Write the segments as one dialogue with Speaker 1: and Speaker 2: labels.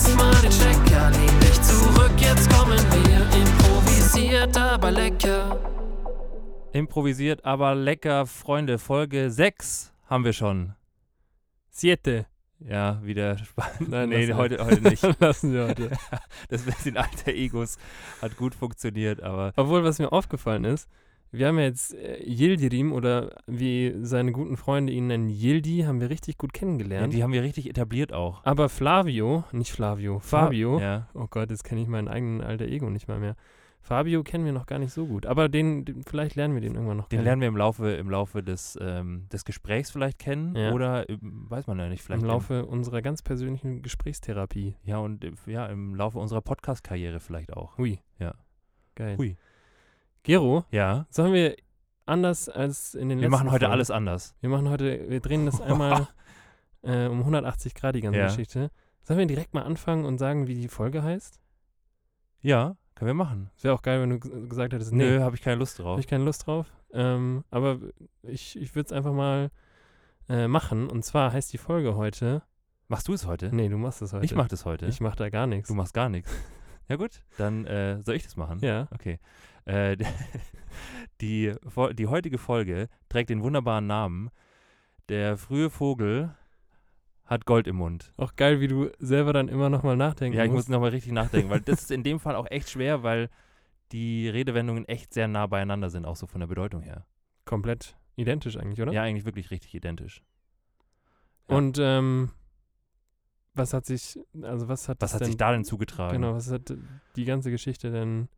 Speaker 1: Check, ja, lehn dich zurück, jetzt kommen wir. Improvisiert, aber lecker.
Speaker 2: Improvisiert, aber lecker, Freunde. Folge 6 haben wir schon.
Speaker 3: Siete.
Speaker 2: Ja, wieder spannend. Nein, nee,
Speaker 3: Lassen wir.
Speaker 2: heute, heute nicht.
Speaker 3: Lassen wir heute.
Speaker 2: Das mit den alter Egos hat gut funktioniert, aber
Speaker 3: Obwohl, was mir aufgefallen ist, wir haben ja jetzt äh, Yildirim oder wie seine guten Freunde ihn nennen, Yildi, haben wir richtig gut
Speaker 2: ja,
Speaker 3: kennengelernt.
Speaker 2: die haben wir richtig etabliert auch.
Speaker 3: Aber Flavio, nicht Flavio, Fabio,
Speaker 2: Ja.
Speaker 3: oh Gott, jetzt kenne ich meinen eigenen alter Ego nicht mal mehr. Fabio kennen wir noch gar nicht so gut, aber den, den vielleicht lernen wir den irgendwann noch
Speaker 2: Den
Speaker 3: kennen.
Speaker 2: lernen wir im Laufe, im Laufe des, ähm, des Gesprächs vielleicht kennen
Speaker 3: Ja.
Speaker 2: oder ähm, weiß man ja nicht, vielleicht
Speaker 3: im Laufe unserer ganz persönlichen Gesprächstherapie.
Speaker 2: ja, und äh, ja, im Laufe unserer Podcast-Karriere vielleicht auch.
Speaker 3: Hui.
Speaker 2: Ja.
Speaker 3: Geil.
Speaker 2: Hui.
Speaker 3: Gero,
Speaker 2: Ja,
Speaker 3: sollen wir anders als in den
Speaker 2: wir
Speaker 3: letzten
Speaker 2: machen heute
Speaker 3: Folgen-
Speaker 2: alles anders.
Speaker 3: Wir machen heute, wir drehen das einmal äh, um 180 Grad, die ganze
Speaker 2: Ja.
Speaker 3: Geschichte. Sollen wir direkt mal anfangen und sagen, wie die Folge heißt?
Speaker 2: Ja, können wir machen.
Speaker 3: Es wäre auch geil, wenn du g- gesagt hättest, nee,
Speaker 2: Nö, habe ich keine Lust drauf.
Speaker 3: habe ich keine Lust drauf. Ähm, aber ich, ich würde es einfach mal äh, machen. Und zwar heißt die Folge heute.
Speaker 2: Machst du es heute?
Speaker 3: Nee, du machst es heute.
Speaker 2: Ich mach das heute.
Speaker 3: Ich mach da gar nichts.
Speaker 2: du machst gar nichts. Ja gut, dann äh, soll ich das machen.
Speaker 3: Ja.
Speaker 2: Okay. Äh, die, Fol- die heutige Folge trägt den wunderbaren Namen Der frühe Vogel hat Gold im Mund.
Speaker 3: Auch geil, wie du selber dann immer nochmal nachdenken
Speaker 2: Ja, ich muss
Speaker 3: musst.
Speaker 2: nochmal richtig nachdenken, weil das ist in dem Fall auch echt schwer, weil die Redewendungen echt sehr nah beieinander sind, auch so von der Bedeutung her.
Speaker 3: Komplett identisch eigentlich, oder?
Speaker 2: Ja, eigentlich wirklich richtig identisch. ja.
Speaker 3: Und ähm, was hat sich, also was hat
Speaker 2: Was
Speaker 3: das
Speaker 2: hat
Speaker 3: denn
Speaker 2: sich da denn zugetragen?
Speaker 3: Genau, was hat die ganze Geschichte denn,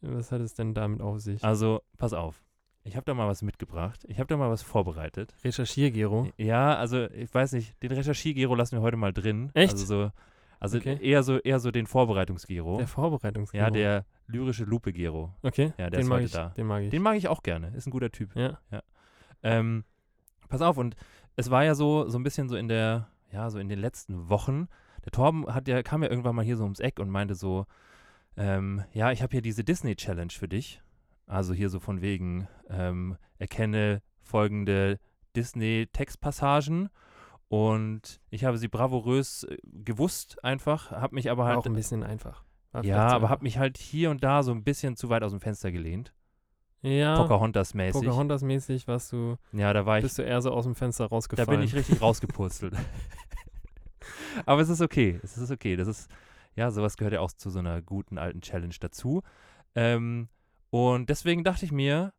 Speaker 3: was hat es denn damit auf sich?
Speaker 2: Also, pass auf. Ich habe da mal was mitgebracht. Ich habe da mal was vorbereitet.
Speaker 3: Recherchier, Gero.
Speaker 2: Ja, also ich weiß nicht, den Recherchiergiro lassen wir heute mal drin.
Speaker 3: Echt?
Speaker 2: Also, so, also
Speaker 3: Okay.
Speaker 2: eher so eher so den Vorbereitungsgiro.
Speaker 3: Der Vorbereitungsgero.
Speaker 2: Ja, der lyrische Lupe Giro.
Speaker 3: Okay,
Speaker 2: Ja, der
Speaker 3: den
Speaker 2: ist
Speaker 3: mag
Speaker 2: heute
Speaker 3: ich,
Speaker 2: da.
Speaker 3: den mag ich.
Speaker 2: Den mag ich auch gerne. Ist ein guter Typ.
Speaker 3: ja,
Speaker 2: Ähm, pass auf und es war ja so so ein bisschen so in der ja, so in den letzten Wochen. Der Torben hat ja kam ja irgendwann mal hier so ums Eck und meinte so ähm, ja, ich habe hier diese Disney Challenge für dich. Also hier so von wegen ähm, erkenne folgende Disney Textpassagen und ich habe sie bravourös äh, gewusst einfach, habe mich aber
Speaker 3: war
Speaker 2: halt
Speaker 3: auch ein bisschen einfach. War
Speaker 2: ja,
Speaker 3: vielleicht so
Speaker 2: aber
Speaker 3: einfach.
Speaker 2: habe mich halt hier und da so ein bisschen zu weit aus dem Fenster gelehnt.
Speaker 3: ja,
Speaker 2: Pocahontas-mäßig.
Speaker 3: Pocahontas-mäßig warst du,
Speaker 2: Ja, da war ich,
Speaker 3: bist du eher so aus dem Fenster
Speaker 2: da
Speaker 3: rausgefallen.
Speaker 2: bin ich richtig rausgepurzelt. aber es ist okay, es ist okay. Das ist, ja, sowas gehört ja auch zu so einer guten alten Challenge dazu. Ähm, und deswegen dachte ich mir,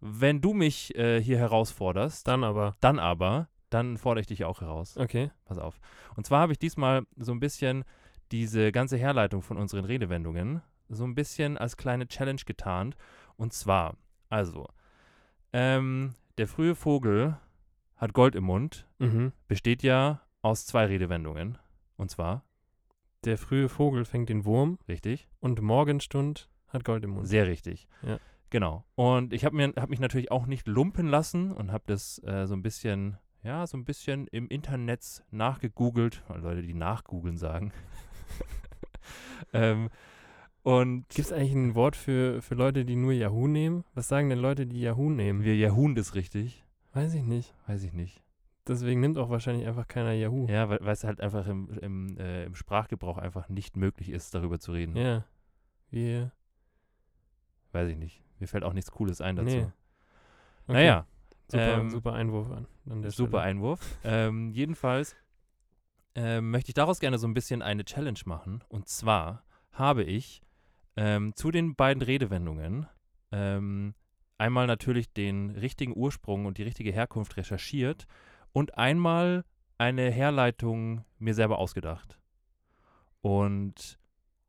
Speaker 2: wenn du mich äh, hier herausforderst,
Speaker 3: Dann aber,
Speaker 2: dann aber, dann fordere ich dich auch heraus.
Speaker 3: okay.
Speaker 2: Pass auf. Und zwar habe ich diesmal so ein bisschen diese ganze Herleitung von unseren Redewendungen so ein bisschen als kleine Challenge getarnt. Und zwar, also, ähm, der frühe Vogel hat Gold im Mund,
Speaker 3: Mhm.
Speaker 2: besteht ja aus zwei Redewendungen. Und zwar,
Speaker 3: Der frühe Vogel fängt den Wurm
Speaker 2: richtig?
Speaker 3: und Morgenstund hat Gold im Mund.
Speaker 2: Sehr richtig.
Speaker 3: Ja.
Speaker 2: Genau. Und ich habe hab mich natürlich auch nicht lumpen lassen und habe das äh, so ein bisschen, ja, so ein bisschen im Internet nachgegoogelt, weil Leute, die nachgoogeln sagen. ähm, und
Speaker 3: Gibt es eigentlich ein Wort für, für Leute, die nur Yahoo nehmen? Was sagen denn Leute, die Yahoo nehmen?
Speaker 2: wir Yahoo das richtig?
Speaker 3: Weiß ich nicht.
Speaker 2: Weiß ich nicht.
Speaker 3: Deswegen nimmt auch wahrscheinlich einfach keiner Yahoo.
Speaker 2: Ja, weil weil es halt einfach im, im, äh, im Sprachgebrauch einfach nicht möglich ist, darüber zu reden.
Speaker 3: Ja. Wir.
Speaker 2: Weiß ich nicht. Mir fällt auch nichts Cooles ein dazu.
Speaker 3: Nee. Okay.
Speaker 2: Naja,
Speaker 3: Super,
Speaker 2: ähm,
Speaker 3: super Einwurf an. an der
Speaker 2: Super
Speaker 3: Stelle.
Speaker 2: Einwurf. ähm, jedenfalls ähm, möchte ich daraus gerne so ein bisschen eine Challenge machen. Und zwar habe ich ähm, zu den beiden Redewendungen ähm, einmal natürlich den richtigen Ursprung und die richtige Herkunft recherchiert und einmal eine Herleitung mir selber ausgedacht. Und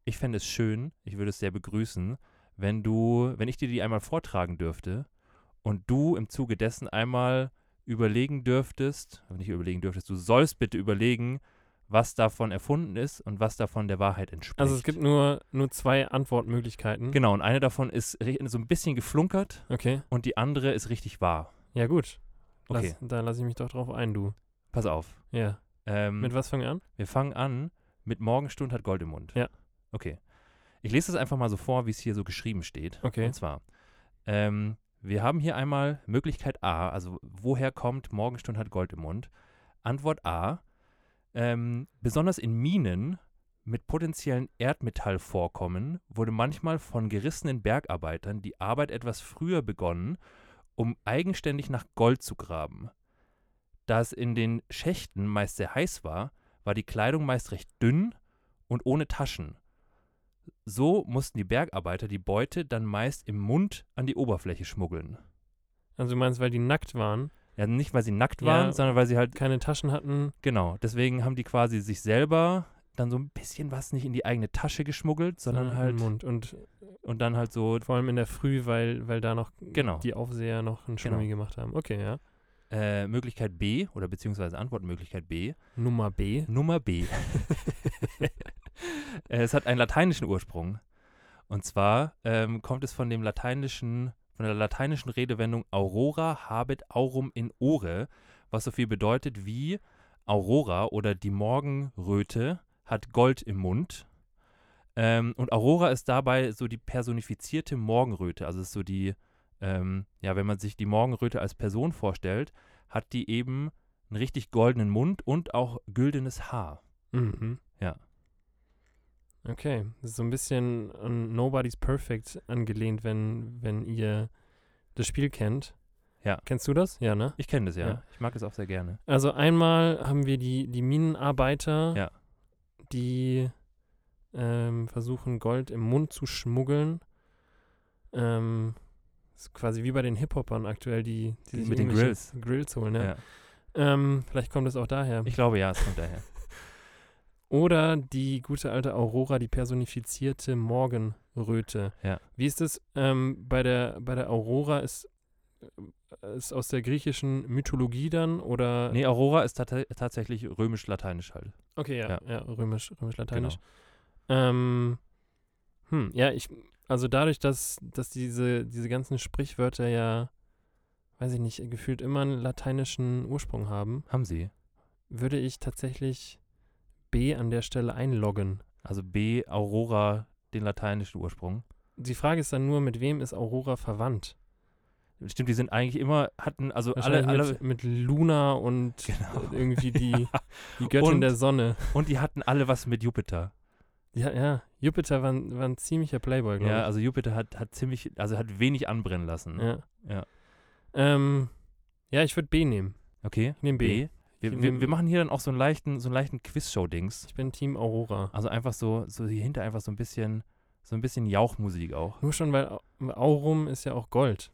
Speaker 2: ich fände es schön, ich würde es sehr begrüßen, wenn du, wenn ich dir die einmal vortragen dürfte und du im Zuge dessen einmal überlegen dürftest, also nicht überlegen dürftest, du sollst bitte überlegen, was davon erfunden ist und was davon der Wahrheit entspricht.
Speaker 3: Also es gibt nur, nur zwei Antwortmöglichkeiten.
Speaker 2: Genau, und eine davon ist ri- so ein bisschen geflunkert
Speaker 3: Okay.
Speaker 2: und die andere ist richtig wahr.
Speaker 3: Ja, gut. Lass,
Speaker 2: Okay,
Speaker 3: Da lasse ich mich doch drauf ein, du.
Speaker 2: pass auf.
Speaker 3: Ja.
Speaker 2: Ähm,
Speaker 3: Mit was fangen wir an?
Speaker 2: wir fangen an mit Morgenstund hat Gold im Mund.
Speaker 3: Ja.
Speaker 2: Okay. Ich lese es einfach mal so vor, wie es hier so geschrieben steht.
Speaker 3: Okay.
Speaker 2: Und zwar, ähm, wir haben hier einmal Möglichkeit A, also woher kommt Morgenstund hat Gold im Mund? Antwort A, ähm, besonders in Minen Mit potenziellen Erdmetallvorkommen wurde manchmal von gerissenen Bergarbeitern die Arbeit etwas früher begonnen, um eigenständig nach Gold zu graben. Da es in den Schächten meist sehr heiß war, war die Kleidung meist recht dünn und ohne Taschen. So mussten die Bergarbeiter die Beute dann meist im Mund an die Oberfläche schmuggeln.
Speaker 3: Also du meinst, weil die nackt waren,
Speaker 2: Ja, nicht, weil sie nackt
Speaker 3: Ja.
Speaker 2: waren, sondern weil sie halt
Speaker 3: keine Taschen hatten.
Speaker 2: Genau, deswegen haben die quasi sich selber dann so ein bisschen was nicht in die eigene Tasche geschmuggelt, sondern
Speaker 3: äh,
Speaker 2: halt
Speaker 3: im Mund. Und
Speaker 2: und dann halt so
Speaker 3: vor allem in der Früh, weil, weil da noch
Speaker 2: genau.
Speaker 3: die Aufseher noch einen Schummi gemacht haben. Okay, ja.
Speaker 2: Äh, Möglichkeit B oder beziehungsweise Antwortmöglichkeit B,
Speaker 3: Nummer B.
Speaker 2: Nummer B. äh, es hat einen lateinischen Ursprung. Und zwar ähm, kommt es von dem lateinischen, von der lateinischen Redewendung Aurora habet aurum in ore, was so viel bedeutet wie Aurora oder die Morgenröte hat Gold im Mund. Ähm, und Aurora ist dabei so die personifizierte Morgenröte. Also es ist so die, ähm, ja, wenn man sich die Morgenröte als Person vorstellt, hat die eben einen richtig goldenen Mund und auch güldenes Haar.
Speaker 3: Mhm.
Speaker 2: Ja.
Speaker 3: Okay, das ist so ein bisschen an Nobody's Perfect angelehnt, wenn, wenn ihr das Spiel kennt.
Speaker 2: Ja.
Speaker 3: Kennst du das? Ja, ne?
Speaker 2: Ich kenne das ja.
Speaker 3: Ja.
Speaker 2: Ich mag es auch sehr gerne.
Speaker 3: Also einmal haben wir die, die Minenarbeiter,
Speaker 2: Ja.
Speaker 3: die ähm, versuchen, Gold im Mund zu schmuggeln. Ähm, ist quasi wie bei den Hip-Hopern aktuell, die,
Speaker 2: Die
Speaker 3: sich
Speaker 2: mit den
Speaker 3: irgendwelche Grills holen. Ja.
Speaker 2: Ja.
Speaker 3: Ähm, vielleicht kommt es auch daher.
Speaker 2: Ich glaube ja, es kommt daher.
Speaker 3: Oder die gute alte Aurora, die personifizierte Morgenröte.
Speaker 2: Ja.
Speaker 3: Wie ist es ähm, bei, der, bei der Aurora? Ist, äh, ist aus der griechischen Mythologie dann oder
Speaker 2: Nee, Aurora ist tata- tatsächlich römisch-lateinisch halt. Genau.
Speaker 3: Okay, ja,
Speaker 2: Ja.
Speaker 3: ja. römisch, römisch-lateinisch. Ähm, hm, ja, ich, also dadurch, dass, dass diese, diese ganzen Sprichwörter ja, weiß ich nicht, gefühlt immer einen lateinischen Ursprung haben,
Speaker 2: Haben sie.
Speaker 3: würde ich tatsächlich B an der Stelle einloggen.
Speaker 2: Also B, Aurora, den lateinischen Ursprung.
Speaker 3: Die Frage ist dann nur, mit wem ist Aurora verwandt?
Speaker 2: Stimmt, die sind eigentlich immer, hatten, also alle,
Speaker 3: Wahrscheinlich
Speaker 2: alle,
Speaker 3: mit, mit Luna und
Speaker 2: Genau.
Speaker 3: irgendwie die, die Göttin
Speaker 2: Und-
Speaker 3: der Sonne.
Speaker 2: und die hatten alle was mit Jupiter.
Speaker 3: Ja, ja. Jupiter war, ein- war ein ziemlicher Playboy, glaube ich.
Speaker 2: Ja, also Jupiter hat, hat ziemlich, also hat wenig anbrennen lassen.
Speaker 3: Ja.
Speaker 2: Ja.
Speaker 3: Ähm, ja, ich würde B nehmen.
Speaker 2: Okay,
Speaker 3: Ich nehme B.
Speaker 2: B. Wir,
Speaker 3: Ich
Speaker 2: wir,
Speaker 3: nehm-
Speaker 2: wir machen hier dann auch so einen leichten, so einen leichten Quiz-Show-Dings.
Speaker 3: Ich bin Team Aurora.
Speaker 2: Also einfach so, so hier hinter einfach so ein bisschen, so ein bisschen Jauchmusik auch.
Speaker 3: Nur schon, weil Au- Aurum ist ja auch Gold.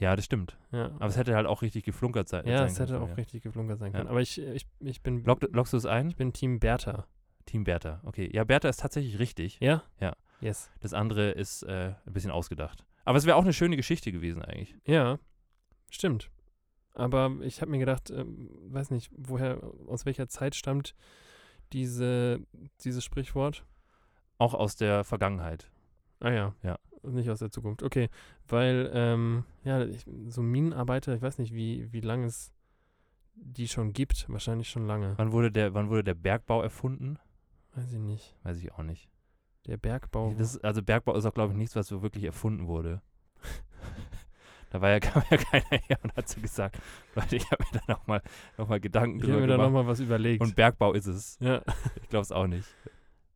Speaker 2: Ja, das stimmt.
Speaker 3: Ja,
Speaker 2: Aber es hätte halt auch richtig geflunkert sei- sein
Speaker 3: ja es
Speaker 2: können
Speaker 3: hätte auch
Speaker 2: vorher.
Speaker 3: richtig geflunkert sein
Speaker 2: Ja.
Speaker 3: können. Aber ich, ich, ich, bin,
Speaker 2: Log, logst du es ein?
Speaker 3: ich bin Team Bertha.
Speaker 2: Team Bertha. Okay. Ja, Bertha ist tatsächlich richtig.
Speaker 3: Ja?
Speaker 2: Ja.
Speaker 3: Yes.
Speaker 2: Das andere ist äh, ein bisschen ausgedacht. Aber es wäre auch eine schöne Geschichte gewesen eigentlich.
Speaker 3: Ja, stimmt. Aber ich habe mir gedacht, ähm, weiß nicht, woher, aus welcher Zeit stammt diese, dieses Sprichwort?
Speaker 2: Auch aus der Vergangenheit.
Speaker 3: Ah ja.
Speaker 2: Ja.
Speaker 3: Nicht aus der Zukunft. Okay. Weil, ähm, ja, ich, so Minenarbeiter, ich weiß nicht, wie, wie lange es die schon gibt. Wahrscheinlich schon lange.
Speaker 2: Wann wurde der, wann wurde der Bergbau erfunden?
Speaker 3: Weiß ich nicht.
Speaker 2: Weiß ich auch nicht.
Speaker 3: Der Bergbau.
Speaker 2: Das, ist- also Bergbau ist auch, glaube ich, nichts, was so wirklich erfunden wurde. da war ja, kam ja keiner her und hat so gesagt, Leute, ich habe mir da nochmal noch mal Gedanken
Speaker 3: ich habe
Speaker 2: drüber
Speaker 3: mir da
Speaker 2: gemacht.
Speaker 3: nochmal was überlegt.
Speaker 2: Und Bergbau ist es.
Speaker 3: ja.
Speaker 2: Ich glaube es auch nicht.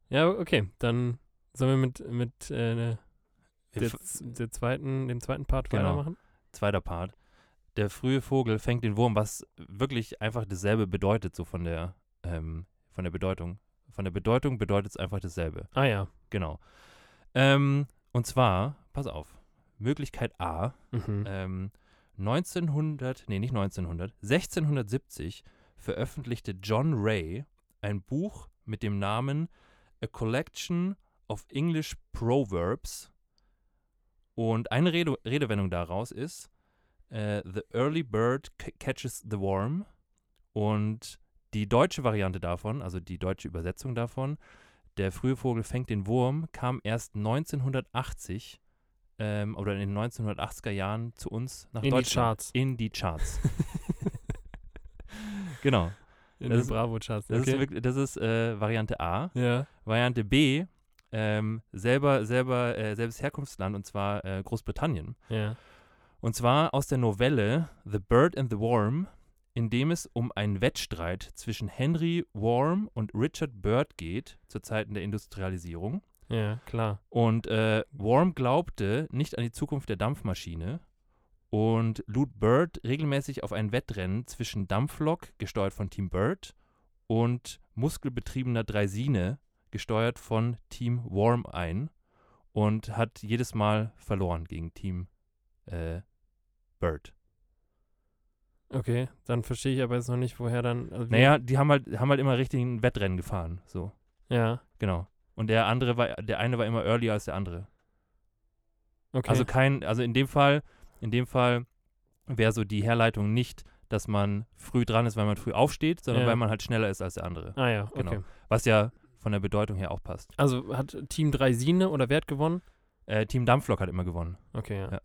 Speaker 3: ja, okay. Dann sollen wir mit, mit äh, der,
Speaker 2: F-
Speaker 3: der zweiten, dem zweiten Part
Speaker 2: Genau.
Speaker 3: weitermachen.
Speaker 2: zweiter Part. Der frühe Vogel fängt den Wurm, was wirklich einfach dasselbe bedeutet, so von der, ähm, von der Bedeutung. Von der Bedeutung bedeutet es einfach dasselbe.
Speaker 3: Ah ja.
Speaker 2: Genau. Ähm, und zwar, pass auf, Möglichkeit A,
Speaker 3: Mhm.
Speaker 2: ähm, 1900, nee, nicht 1900, 1670 veröffentlichte John Ray ein Buch mit dem Namen A Collection of English Proverbs. Und eine Rede, Redewendung daraus ist äh, The early bird c- catches the worm. Und die deutsche Variante davon, also die deutsche Übersetzung davon, der frühe Vogel fängt den Wurm, kam erst 1980 ähm, oder in den 1980er Jahren zu uns nach
Speaker 3: In die
Speaker 2: Deutschland.
Speaker 3: Charts.
Speaker 2: In die Charts. genau.
Speaker 3: In
Speaker 2: das
Speaker 3: den
Speaker 2: ist-
Speaker 3: Bravo-Charts.
Speaker 2: Das ist,
Speaker 3: Okay.
Speaker 2: wirklich, das ist äh, Variante A.
Speaker 3: ja.
Speaker 2: Variante B, ähm, selber, selber, äh, selbes Herkunftsland und zwar äh, Großbritannien.
Speaker 3: Ja.
Speaker 2: Und zwar aus der Novelle The Bird and the Worm in dem es um einen Wettstreit zwischen Henry Warm und Richard Byrd geht, zu Zeiten der Industrialisierung.
Speaker 3: Ja, klar.
Speaker 2: Und äh, Warm glaubte nicht an die Zukunft der Dampfmaschine und lud Byrd regelmäßig auf ein Wettrennen zwischen Dampflok, gesteuert von Team Byrd, und muskelbetriebener Dreisine, gesteuert von Team Warm ein und hat jedes Mal verloren gegen Team äh, Bird.
Speaker 3: Okay, dann verstehe ich aber jetzt noch nicht, woher dann. also wie-
Speaker 2: Naja, die haben halt, haben halt immer richtig ein Wettrennen gefahren, so,
Speaker 3: Ja,
Speaker 2: genau. Und der andere war, der eine war immer earlier als der andere.
Speaker 3: okay.
Speaker 2: Also kein, also in dem Fall, in dem Fall wäre so die Herleitung nicht, dass man früh dran ist, weil man früh aufsteht, sondern
Speaker 3: Ja.
Speaker 2: weil man halt schneller ist als der andere.
Speaker 3: ah ja,
Speaker 2: genau.
Speaker 3: okay.
Speaker 2: Was ja von der Bedeutung her auch passt.
Speaker 3: Also hat Team Dreisine oder Wert gewonnen?
Speaker 2: Äh, Team Dampflok hat immer gewonnen.
Speaker 3: Okay, ja.
Speaker 2: Ja.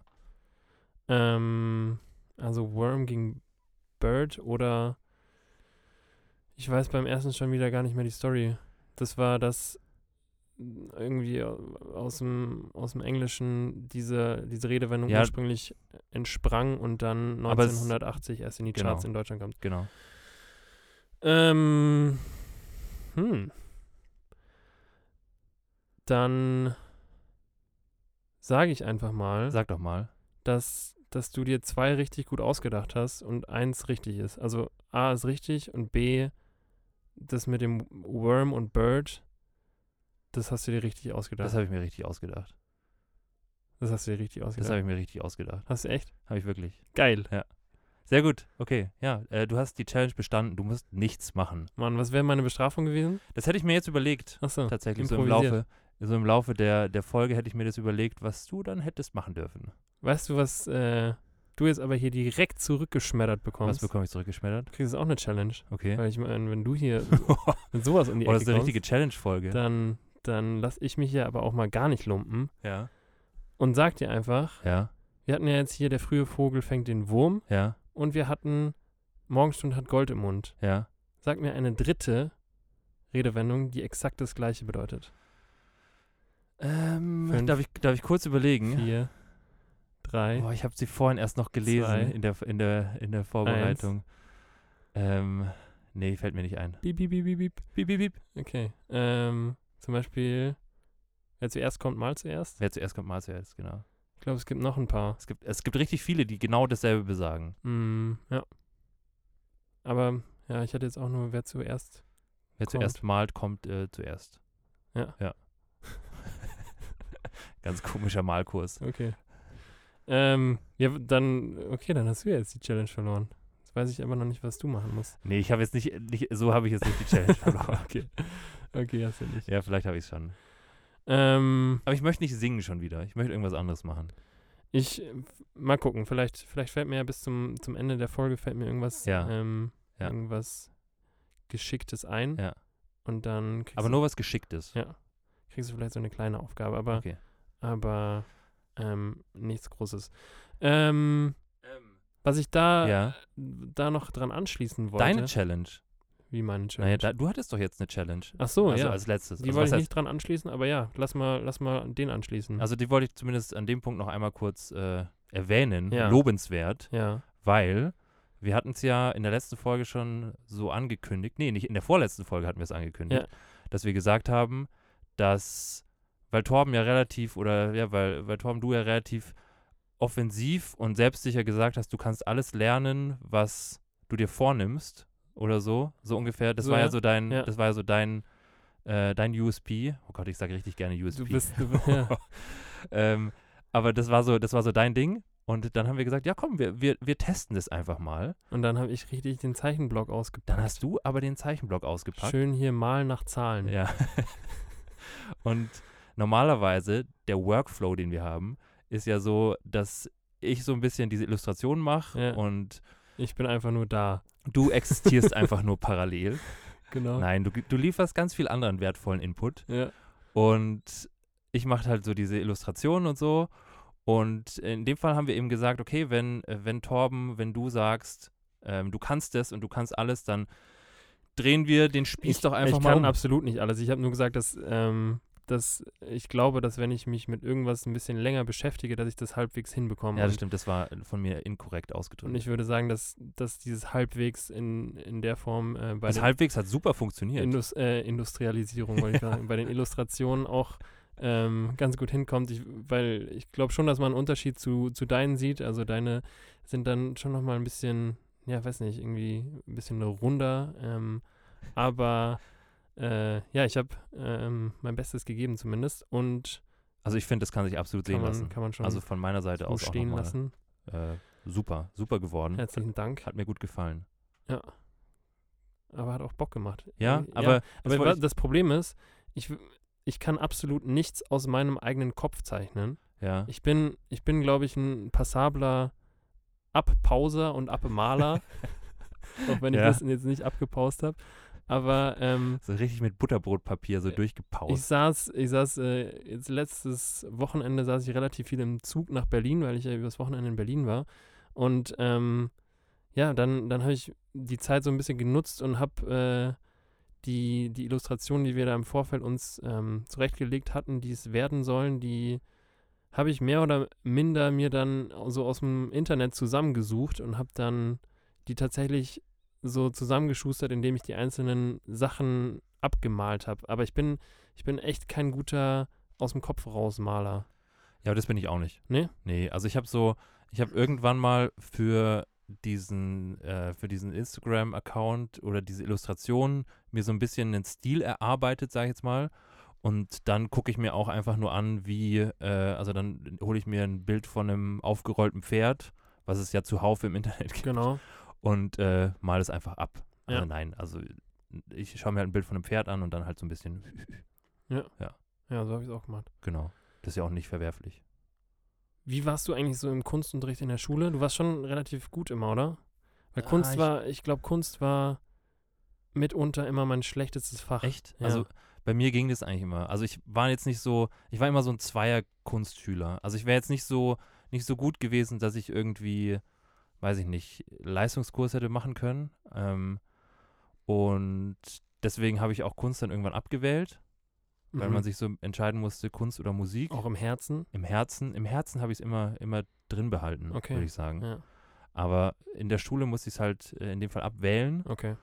Speaker 3: Ähm, also Worm gegen Bird oder ich weiß beim ersten schon wieder gar nicht mehr die Story. Das war das äh, irgendwie aus dem, aus dem Englischen diese, diese Redewendung
Speaker 2: Ja.
Speaker 3: ursprünglich entsprang und dann
Speaker 2: Aber es-
Speaker 3: 1980 erst in die
Speaker 2: genau.
Speaker 3: Charts in Deutschland kam.
Speaker 2: Genau.
Speaker 3: Ähm. Hm. Dann sage ich einfach mal,
Speaker 2: Sag doch mal.
Speaker 3: dass, dass du dir zwei richtig gut ausgedacht hast und eins richtig ist. Also A ist richtig und B, das mit dem Worm und Bird, das hast du dir richtig ausgedacht.
Speaker 2: Das
Speaker 3: Das,
Speaker 2: habe ich mir richtig ausgedacht.
Speaker 3: hast du dir richtig
Speaker 2: Das
Speaker 3: ausgedacht.
Speaker 2: habe ich mir richtig ausgedacht.
Speaker 3: hast du echt?
Speaker 2: Habe ich wirklich.
Speaker 3: Geil.
Speaker 2: Sehr gut. Okay. Ja, äh, du hast die Challenge bestanden. Du musst nichts machen.
Speaker 3: Mann, was wäre meine Bestrafung gewesen?
Speaker 2: Das hätte ich mir jetzt überlegt.
Speaker 3: Achso.
Speaker 2: Tatsächlich so im Laufe,
Speaker 3: improvisiert.
Speaker 2: so im Laufe der, der Folge hätte ich mir das überlegt, was du dann hättest machen dürfen.
Speaker 3: Weißt du, was äh, du jetzt aber hier direkt zurückgeschmettert
Speaker 2: Was
Speaker 3: bekommst?
Speaker 2: bekomme ich zurückgeschmettert?
Speaker 3: Du kriegst auch eine Challenge.
Speaker 2: Okay.
Speaker 3: Weil ich meine, wenn du hier
Speaker 2: oh,
Speaker 3: mit sowas um die
Speaker 2: das
Speaker 3: Ecke
Speaker 2: ist eine richtige
Speaker 3: kommst,
Speaker 2: Challenge-Folge.
Speaker 3: dann, dann lass ich mich hier aber auch mal gar nicht lumpen
Speaker 2: Ja.
Speaker 3: und sag dir einfach,
Speaker 2: Ja.
Speaker 3: wir hatten ja jetzt hier der frühe Vogel fängt den Wurm
Speaker 2: Ja.
Speaker 3: und wir hatten Morgenstund hat Gold im Mund.
Speaker 2: Ja.
Speaker 3: Sag mir eine dritte Redewendung, die exakt das gleiche bedeutet.
Speaker 2: Ähm,
Speaker 3: Fünf.
Speaker 2: darf, ich, darf ich kurz überlegen?
Speaker 3: Vier, drei.
Speaker 2: Boah, ich habe sie vorhin erst noch
Speaker 3: Zwei.
Speaker 2: gelesen in der, in der, in der Vorbereitung. Ähm, nee, fällt mir nicht ein.
Speaker 3: Piep, piep, piep, piep, piep.
Speaker 2: Piep, piep, piep.
Speaker 3: Okay. Ähm, zum Beispiel, wer zuerst kommt, mal zuerst.
Speaker 2: Wer zuerst kommt, mal zuerst, genau.
Speaker 3: Ich glaube, es gibt noch ein paar.
Speaker 2: Es gibt, es gibt richtig viele, die genau dasselbe besagen.
Speaker 3: Hm, ja. Aber ja, ich hatte jetzt auch nur, wer zuerst
Speaker 2: Wer
Speaker 3: Kommt.
Speaker 2: zuerst malt, kommt äh, zuerst.
Speaker 3: Ja.
Speaker 2: Ja. Ganz komischer Malkurs.
Speaker 3: Okay. Ähm, ja, w- dann, okay, dann hast du ja jetzt die Challenge verloren. Jetzt weiß ich aber noch nicht, was du machen musst.
Speaker 2: Nee, ich habe jetzt nicht, nicht so habe ich jetzt nicht die Challenge verloren.
Speaker 3: okay. Okay, hast du nicht.
Speaker 2: Ja, vielleicht habe ich es schon.
Speaker 3: Ähm,
Speaker 2: Aber ich möchte nicht singen schon wieder. Ich möchte irgendwas anderes machen.
Speaker 3: ich, äh, mal gucken, vielleicht, vielleicht fällt mir ja bis zum, zum Ende der Folge fällt mir irgendwas,
Speaker 2: Ja.
Speaker 3: ähm,
Speaker 2: Ja.
Speaker 3: irgendwas Geschicktes ein.
Speaker 2: Ja.
Speaker 3: Und dann kriegst,
Speaker 2: Aber nur was Geschicktes.
Speaker 3: Ja. du, kriegst du vielleicht so eine kleine Aufgabe, aber,
Speaker 2: Okay.
Speaker 3: aber, ähm, nichts Großes. Ähm, was ich da,
Speaker 2: ja.
Speaker 3: da noch dran anschließen Ah, wollte,
Speaker 2: Deine Challenge.
Speaker 3: wie meine Challenge.
Speaker 2: Naja, da, du hattest doch jetzt eine Challenge.
Speaker 3: Ach so,
Speaker 2: also
Speaker 3: ja.
Speaker 2: als letztes.
Speaker 3: Die
Speaker 2: also,
Speaker 3: wollte
Speaker 2: was
Speaker 3: ich
Speaker 2: heißt-
Speaker 3: nicht dran anschließen, aber ja, lass mal, lass mal den anschließen.
Speaker 2: also die wollte ich zumindest an dem Punkt noch einmal kurz äh, erwähnen.
Speaker 3: Ja.
Speaker 2: Lobenswert,
Speaker 3: ja,
Speaker 2: weil wir hatten es ja in der letzten Folge schon so angekündigt. Nee, nicht in der vorletzten Folge hatten wir es angekündigt, dass wir gesagt haben, dass, weil Torben ja relativ, oder ja, weil, weil Torben du ja relativ offensiv und selbstsicher gesagt hast, du kannst alles lernen, was du dir vornimmst oder so, so ungefähr. Das
Speaker 3: So,
Speaker 2: war ja,
Speaker 3: ja.
Speaker 2: so dein,
Speaker 3: Ja.
Speaker 2: das war ja so dein, äh, dein USP. Oh Gott, ich sage richtig gerne USP.
Speaker 3: du bist, du, bist- ja,
Speaker 2: ähm, aber das war so, das war so dein Ding. Und dann haben wir gesagt, ja komm, wir, wir, wir testen das einfach mal.
Speaker 3: und dann habe ich richtig den Zeichenblock ausgepackt.
Speaker 2: Dann hast du aber den Zeichenblock ausgepackt.
Speaker 3: Schön hier mal nach Zahlen.
Speaker 2: Ja. Und normalerweise, der Workflow, den wir haben, ist ja so, dass ich so ein bisschen diese Illustration mache
Speaker 3: Ja.
Speaker 2: und
Speaker 3: Ich bin einfach nur da.
Speaker 2: du existierst einfach nur parallel.
Speaker 3: Genau.
Speaker 2: Nein, du, du lieferst ganz viel anderen wertvollen Input.
Speaker 3: Ja.
Speaker 2: Und ich mache halt so diese Illustrationen und so. Und in dem Fall haben wir eben gesagt, okay, wenn, äh, wenn Torben, wenn du sagst, ähm, du kannst das und du kannst alles, dann drehen wir den Spieß doch einfach
Speaker 3: ich
Speaker 2: mal
Speaker 3: kann
Speaker 2: um.
Speaker 3: absolut nicht alles. Ich habe nur gesagt, dass ähm, dass ich glaube, dass wenn ich mich mit irgendwas ein bisschen länger beschäftige, dass ich das halbwegs hinbekomme.
Speaker 2: Ja, das
Speaker 3: Und-
Speaker 2: stimmt, das war von mir inkorrekt ausgedrückt.
Speaker 3: Und ich würde sagen, dass, dass dieses halbwegs in, in der Form äh, bei
Speaker 2: das
Speaker 3: der
Speaker 2: halbwegs hat super funktioniert.
Speaker 3: Indus, äh, Industrialisierung, wollte ich sagen, bei den Illustrationen auch ähm, ganz gut hinkommt, ich, weil ich glaube schon, dass man einen Unterschied zu, zu deinen sieht. Also deine sind dann schon nochmal ein bisschen, ja, weiß nicht, irgendwie ein bisschen runder. Ähm, aber äh, ja, ich habe ähm, mein Bestes gegeben zumindest und
Speaker 2: also ich finde, das kann sich absolut
Speaker 3: kann
Speaker 2: sehen
Speaker 3: man,
Speaker 2: lassen.
Speaker 3: kann man schon
Speaker 2: Also von meiner Seite
Speaker 3: so
Speaker 2: aus auch
Speaker 3: stehen
Speaker 2: nochmal,
Speaker 3: lassen.
Speaker 2: Äh, super, super geworden.
Speaker 3: Herzlichen Dank.
Speaker 2: Hat mir gut gefallen.
Speaker 3: Ja. Aber hat auch Bock gemacht.
Speaker 2: Ja,
Speaker 3: Irgendwie-
Speaker 2: aber,
Speaker 3: Aber
Speaker 2: das
Speaker 3: wa-
Speaker 2: wollte
Speaker 3: das Problem ist, ich, w- ich kann absolut nichts aus meinem eigenen Kopf zeichnen.
Speaker 2: ich, ja.
Speaker 3: Ich bin, ich bin glaube ich, ein passabler Abpauser und Abmaler, auch wenn ich
Speaker 2: Ja.
Speaker 3: das jetzt nicht abgepaust habe. Aber ähm,
Speaker 2: so richtig mit Butterbrotpapier so
Speaker 3: Äh, ich
Speaker 2: durchgepaust.
Speaker 3: saß, ich saß äh, jetzt letztes Wochenende saß ich relativ viel im Zug nach Berlin, weil ich ja übers Wochenende in Berlin war. Und ähm, ja, dann, dann habe ich die Zeit so ein bisschen genutzt und habe äh, die, die Illustrationen, die wir da im Vorfeld uns ähm, zurechtgelegt hatten, die es werden sollen, die habe ich mehr oder minder mir dann so aus dem Internet zusammengesucht und habe dann die tatsächlich so zusammengeschustert, indem ich die einzelnen Sachen abgemalt habe. Aber ich bin, ich bin echt kein guter aus dem Kopf raus Maler. Ne?
Speaker 2: Ja, aber das bin ich auch nicht.
Speaker 3: Nee?
Speaker 2: Nee, also ich habe so, ich habe irgendwann mal für diesen, äh, für diesen Instagram-Account oder diese Illustrationen mir so ein bisschen einen Stil erarbeitet, sage ich jetzt mal. Und dann gucke ich mir auch einfach nur an, wie, äh, also dann hole ich mir ein Bild von einem aufgerollten Pferd, was es ja zuhauf im Internet gibt,
Speaker 3: Genau.
Speaker 2: und äh, mal es einfach ab. Also
Speaker 3: Ja.
Speaker 2: nein, also ich schaue mir halt ein Bild von einem Pferd an und dann halt so ein bisschen,
Speaker 3: Ja, so habe ich es auch gemacht.
Speaker 2: genau. Das ist ja auch nicht verwerflich.
Speaker 3: Wie warst du eigentlich so im Kunstunterricht in der Schule? Du warst schon relativ gut immer, oder? Weil
Speaker 2: Ah,
Speaker 3: Kunst
Speaker 2: ich-
Speaker 3: war, ich glaube, Kunst war mitunter immer mein schlechtestes Fach.
Speaker 2: Echt?
Speaker 3: ja.
Speaker 2: Also bei mir ging das eigentlich immer. Also ich war jetzt nicht so, ich war immer so ein Zweier-Kunstschüler. Also ich wäre jetzt nicht so, nicht so gut gewesen, dass ich irgendwie, weiß ich nicht, Leistungskurs hätte machen können. Ähm, und deswegen habe ich auch Kunst dann irgendwann abgewählt, weil
Speaker 3: Mhm. Oh.
Speaker 2: man sich so entscheiden musste, Kunst oder Musik.
Speaker 3: auch im Herzen.
Speaker 2: Im Herzen, im Herzen habe ich es immer, immer drin behalten,
Speaker 3: Okay.
Speaker 2: würde ich sagen.
Speaker 3: Ja,
Speaker 2: Aber in der Schule musste ich es halt äh, in dem Fall abwählen.
Speaker 3: okay.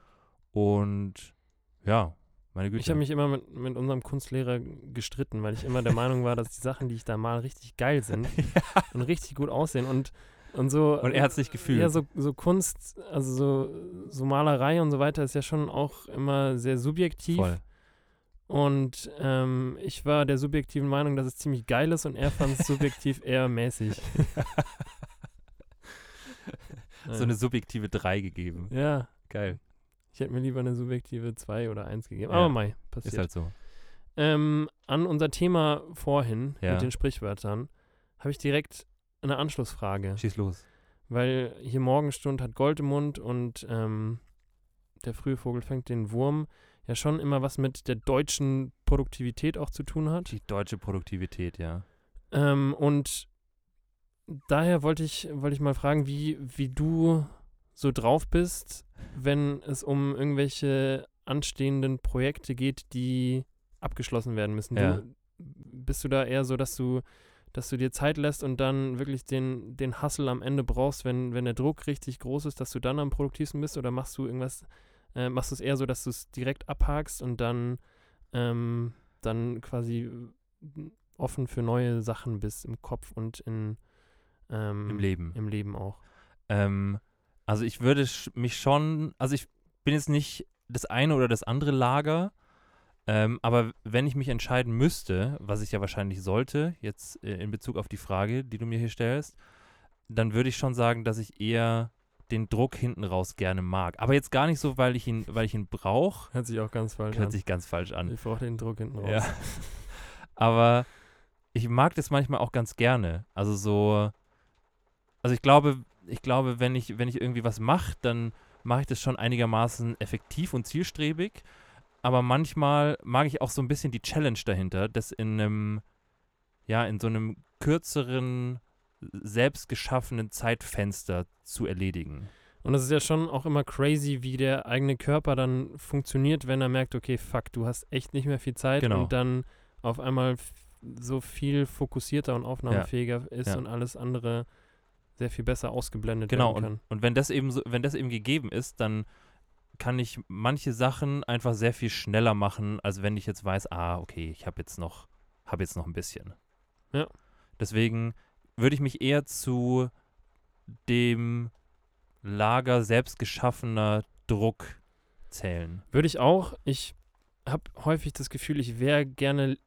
Speaker 2: Und ja, meine Güte.
Speaker 3: Ich habe mich immer mit, mit unserem Kunstlehrer gestritten, weil ich immer der Meinung war, dass die Sachen, die ich da mal richtig geil sind und richtig gut aussehen und, und so.
Speaker 2: und er hat es nicht gefühlt.
Speaker 3: Ja, so, so Kunst, also so, so Malerei und so weiter ist ja schon auch immer sehr subjektiv.
Speaker 2: Voll.
Speaker 3: Und ähm, ich war der subjektiven Meinung, dass es ziemlich geil ist und er fand es subjektiv eher mäßig.
Speaker 2: so eine subjektive 3 gegeben.
Speaker 3: ja,
Speaker 2: Geil.
Speaker 3: ich hätte mir lieber eine subjektive 2 oder 1 gegeben.
Speaker 2: Ja.
Speaker 3: Aber mei, passiert.
Speaker 2: Ist halt so.
Speaker 3: ähm, an unser Thema vorhin
Speaker 2: Ja.
Speaker 3: mit den Sprichwörtern habe ich direkt eine Anschlussfrage.
Speaker 2: Schieß los.
Speaker 3: Weil hier Morgenstund hat Gold im Mund und ähm, der frühe Vogel fängt den Wurm ja schon immer was mit der deutschen Produktivität auch zu tun hat.
Speaker 2: Die deutsche Produktivität, ja.
Speaker 3: Ähm, und daher wollte ich, wollte ich mal fragen, wie, wie du so drauf bist, wenn es um irgendwelche anstehenden Projekte geht, die abgeschlossen werden müssen.
Speaker 2: Ja.
Speaker 3: Du, bist du da eher so, dass du, dass du dir Zeit lässt und dann wirklich den, den Hustle am Ende brauchst, wenn, wenn der Druck richtig groß ist, dass du dann am produktivsten bist? Oder machst du irgendwas, äh, machst du es eher so, dass du es direkt abhakst und dann, ähm, dann quasi äh, offen für neue Sachen bist im Kopf und in, ähm,
Speaker 2: Im Leben.
Speaker 3: im Leben auch?
Speaker 2: Ähm, also ich würde sch- mich schon, also ich bin jetzt nicht das eine oder das andere Lager, ähm, aber wenn ich mich entscheiden müsste, was ich ja wahrscheinlich sollte, jetzt äh, in Bezug auf die Frage, die du mir hier stellst, dann würde ich schon sagen, dass ich eher den Druck hinten raus gerne mag. Aber jetzt gar nicht so, weil ich ihn, weil ich ihn brauche.
Speaker 3: Hört sich auch ganz falsch
Speaker 2: Hört sich ganz falsch an.
Speaker 3: an. Ich brauche den Druck hinten raus.
Speaker 2: Ja. Aber ich mag das manchmal auch ganz gerne. Also so, also ich glaube, ich glaube, wenn ich, wenn ich irgendwie was mache, dann mache ich das schon einigermaßen effektiv und zielstrebig. Aber manchmal mag ich auch so ein bisschen die Challenge dahinter, das in einem, ja, in so einem kürzeren, selbst geschaffenen Zeitfenster zu erledigen.
Speaker 3: Und es ist ja schon auch immer crazy, wie der eigene Körper dann funktioniert, wenn er merkt, okay, fuck, du hast echt nicht mehr viel Zeit
Speaker 2: Genau.
Speaker 3: und dann auf einmal f- so viel fokussierter und aufnahmefähiger ist
Speaker 2: Ja.
Speaker 3: und alles andere sehr viel besser ausgeblendet
Speaker 2: Genau,
Speaker 3: werden kann.
Speaker 2: und, und wenn das eben so, wenn das eben gegeben ist, dann kann ich manche Sachen einfach sehr viel schneller machen, als wenn ich jetzt weiß, ah, okay, ich habe jetzt noch, habe jetzt noch ein bisschen.
Speaker 3: Ja.
Speaker 2: Deswegen würde ich mich eher zu dem Lager selbst geschaffener Druck zählen.
Speaker 3: Würde ich auch. Ich habe häufig das Gefühl, ich wäre gerne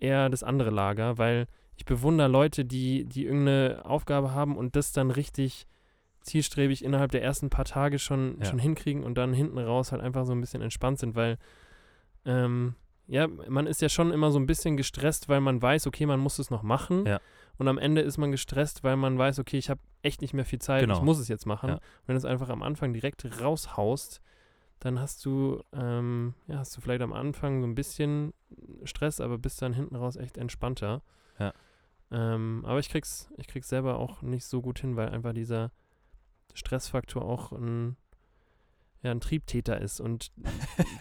Speaker 3: eher das andere Lager, weil ich bewundere Leute, die, die irgendeine Aufgabe haben und das dann richtig zielstrebig innerhalb der ersten paar Tage schon,
Speaker 2: Ja.
Speaker 3: schon hinkriegen und dann hinten raus halt einfach so ein bisschen entspannt sind, weil ähm, ja, man ist ja schon immer so ein bisschen gestresst, weil man weiß, okay, man muss es noch machen.
Speaker 2: Ja.
Speaker 3: Und am Ende ist man gestresst, weil man weiß, okay, ich habe echt nicht mehr viel Zeit,
Speaker 2: Genau.
Speaker 3: ich muss es jetzt machen.
Speaker 2: Ja.
Speaker 3: Und wenn du es einfach am Anfang direkt raushaust, dann hast du, ähm, ja, hast du vielleicht am Anfang so ein bisschen Stress, aber bist dann hinten raus echt entspannter.
Speaker 2: Ja.
Speaker 3: Ähm, aber ich krieg's, ich krieg's selber auch nicht so gut hin, weil einfach dieser Stressfaktor auch ein, ja, ein Triebtäter ist und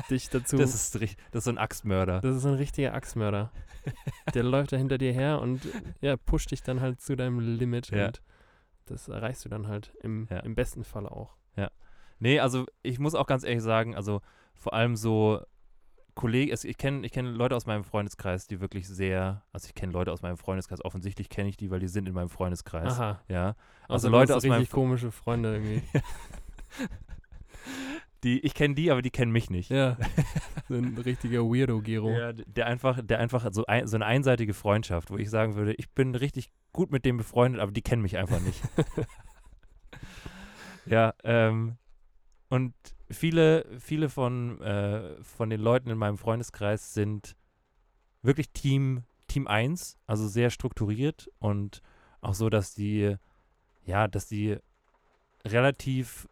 Speaker 3: dich dazu.
Speaker 2: Das ist, ri- das ist so ein Axtmörder.
Speaker 3: das ist ein richtiger Axtmörder. Der läuft da hinter dir her und ja, pusht dich dann halt zu deinem Limit
Speaker 2: Ja.
Speaker 3: und das erreichst du dann halt im,
Speaker 2: Ja.
Speaker 3: im besten Falle auch.
Speaker 2: Nee, also ich muss auch ganz ehrlich sagen, also vor allem so Kollegen, es- ich kenne ich kenn Leute aus meinem Freundeskreis, die wirklich sehr, also ich kenne Leute aus meinem Freundeskreis, offensichtlich kenne ich die, weil die sind in meinem Freundeskreis.
Speaker 3: Aha.
Speaker 2: Ja,
Speaker 3: Außer
Speaker 2: Also
Speaker 3: du
Speaker 2: Leute
Speaker 3: hast
Speaker 2: aus meinem
Speaker 3: richtig komische Freunde irgendwie.
Speaker 2: die, ich kenne die, aber die kennen mich nicht.
Speaker 3: Ja, so ein richtiger Weirdo-Gero.
Speaker 2: Ja, d- der einfach, der einfach so, ein, so eine einseitige Freundschaft, wo ich sagen würde, ich bin richtig gut mit dem befreundet, aber die kennen mich einfach nicht. ja, ähm, und viele, viele von, äh, von den Leuten in meinem Freundeskreis sind wirklich Team, Team 1, also sehr strukturiert und auch so, dass die, ja, dass die relativ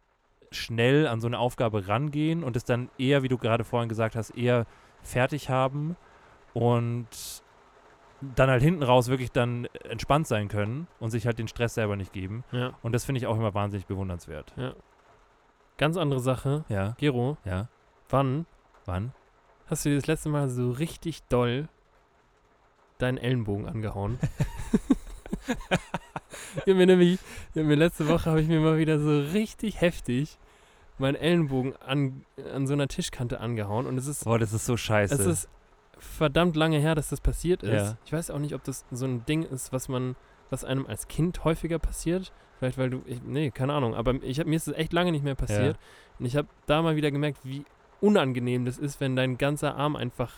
Speaker 2: schnell an so eine Aufgabe rangehen und es dann eher, wie du gerade vorhin gesagt hast, eher fertig haben und dann halt hinten raus wirklich dann entspannt sein können und sich halt den Stress selber nicht geben.
Speaker 3: Ja.
Speaker 2: Und das finde ich auch immer wahnsinnig bewundernswert.
Speaker 3: Ganz andere Sache.
Speaker 2: Ja,
Speaker 3: Gero,
Speaker 2: ja.
Speaker 3: wann
Speaker 2: Wann?
Speaker 3: hast du dir das letzte Mal so richtig doll deinen Ellenbogen angehauen? ich hab mir nämlich, ich hab mir letzte Woche habe ich mir mal wieder so richtig heftig meinen Ellenbogen an, an so einer Tischkante angehauen und es ist
Speaker 2: Boah, das ist so scheiße.
Speaker 3: Es ist verdammt lange her, dass das passiert ist.
Speaker 2: Ja.
Speaker 3: Ich weiß auch nicht, ob das so ein Ding ist, was man, was einem als Kind häufiger passiert. Vielleicht, weil du, ich, nee, keine Ahnung. Aber ich hab, mir ist es echt lange nicht mehr passiert. Und ich habe da mal wieder gemerkt, wie unangenehm das ist, wenn dein ganzer Arm einfach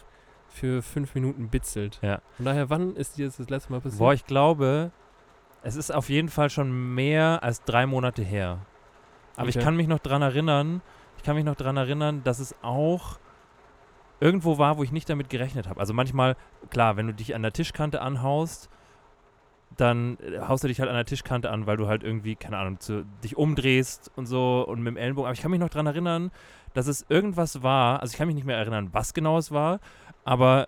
Speaker 3: für fünf Minuten bitzelt.
Speaker 2: Ja.
Speaker 3: Von daher, wann ist dir das das letzte Mal passiert?
Speaker 2: Boah, ich glaube, es ist auf jeden Fall schon mehr als drei Monate her. Aber ich
Speaker 3: Okay.
Speaker 2: kann mich noch dran erinnern, ich kann mich noch dran erinnern, dass es auch irgendwo war, wo ich nicht damit gerechnet habe. Also manchmal, klar, wenn du dich an der Tischkante anhaust, dann äh, haust du dich halt an der Tischkante an, weil du halt irgendwie, keine Ahnung, zu, dich umdrehst und so und mit dem Ellenbogen. Aber ich kann mich noch dran erinnern, dass es irgendwas war, also ich kann mich nicht mehr erinnern, was genau es war, aber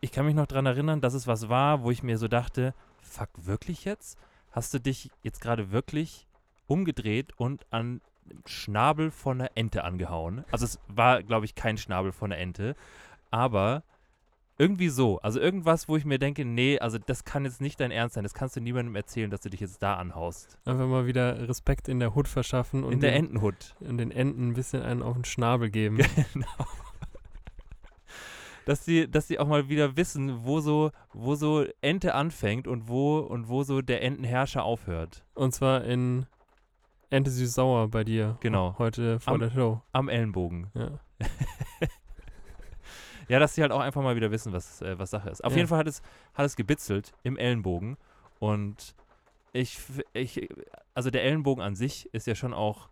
Speaker 2: ich kann mich noch dran erinnern, dass es was war, wo ich mir so dachte, fuck, wirklich jetzt? Hast du dich jetzt gerade wirklich umgedreht und an dem Schnabel von einer Ente angehauen? Also es war, glaube ich, kein Schnabel von einer Ente, aber irgendwie so. Also irgendwas, wo ich mir denke, nee, also das kann jetzt nicht dein Ernst sein. Das kannst du niemandem erzählen, dass du dich jetzt da anhaust.
Speaker 3: Einfach mal wieder Respekt in der Hut verschaffen und
Speaker 2: In der
Speaker 3: den,
Speaker 2: Entenhut.
Speaker 3: und den Enten ein bisschen einen auf den Schnabel geben.
Speaker 2: Genau. Dass die, dass die auch mal wieder wissen, wo so, wo so Ente anfängt und wo und wo so der Entenherrscher aufhört.
Speaker 3: Und zwar in Ente süß-sauer bei dir.
Speaker 2: Genau.
Speaker 3: Heute vor
Speaker 2: Am-
Speaker 3: der Show.
Speaker 2: Am Ellenbogen.
Speaker 3: Ja.
Speaker 2: Ja, dass die halt auch einfach mal wieder wissen, was, äh, was Sache ist. Auf
Speaker 3: Ja.
Speaker 2: jeden Fall hat es, hat es gebitzelt im Ellenbogen. Und ich, f- ich, also der Ellenbogen an sich ist ja schon auch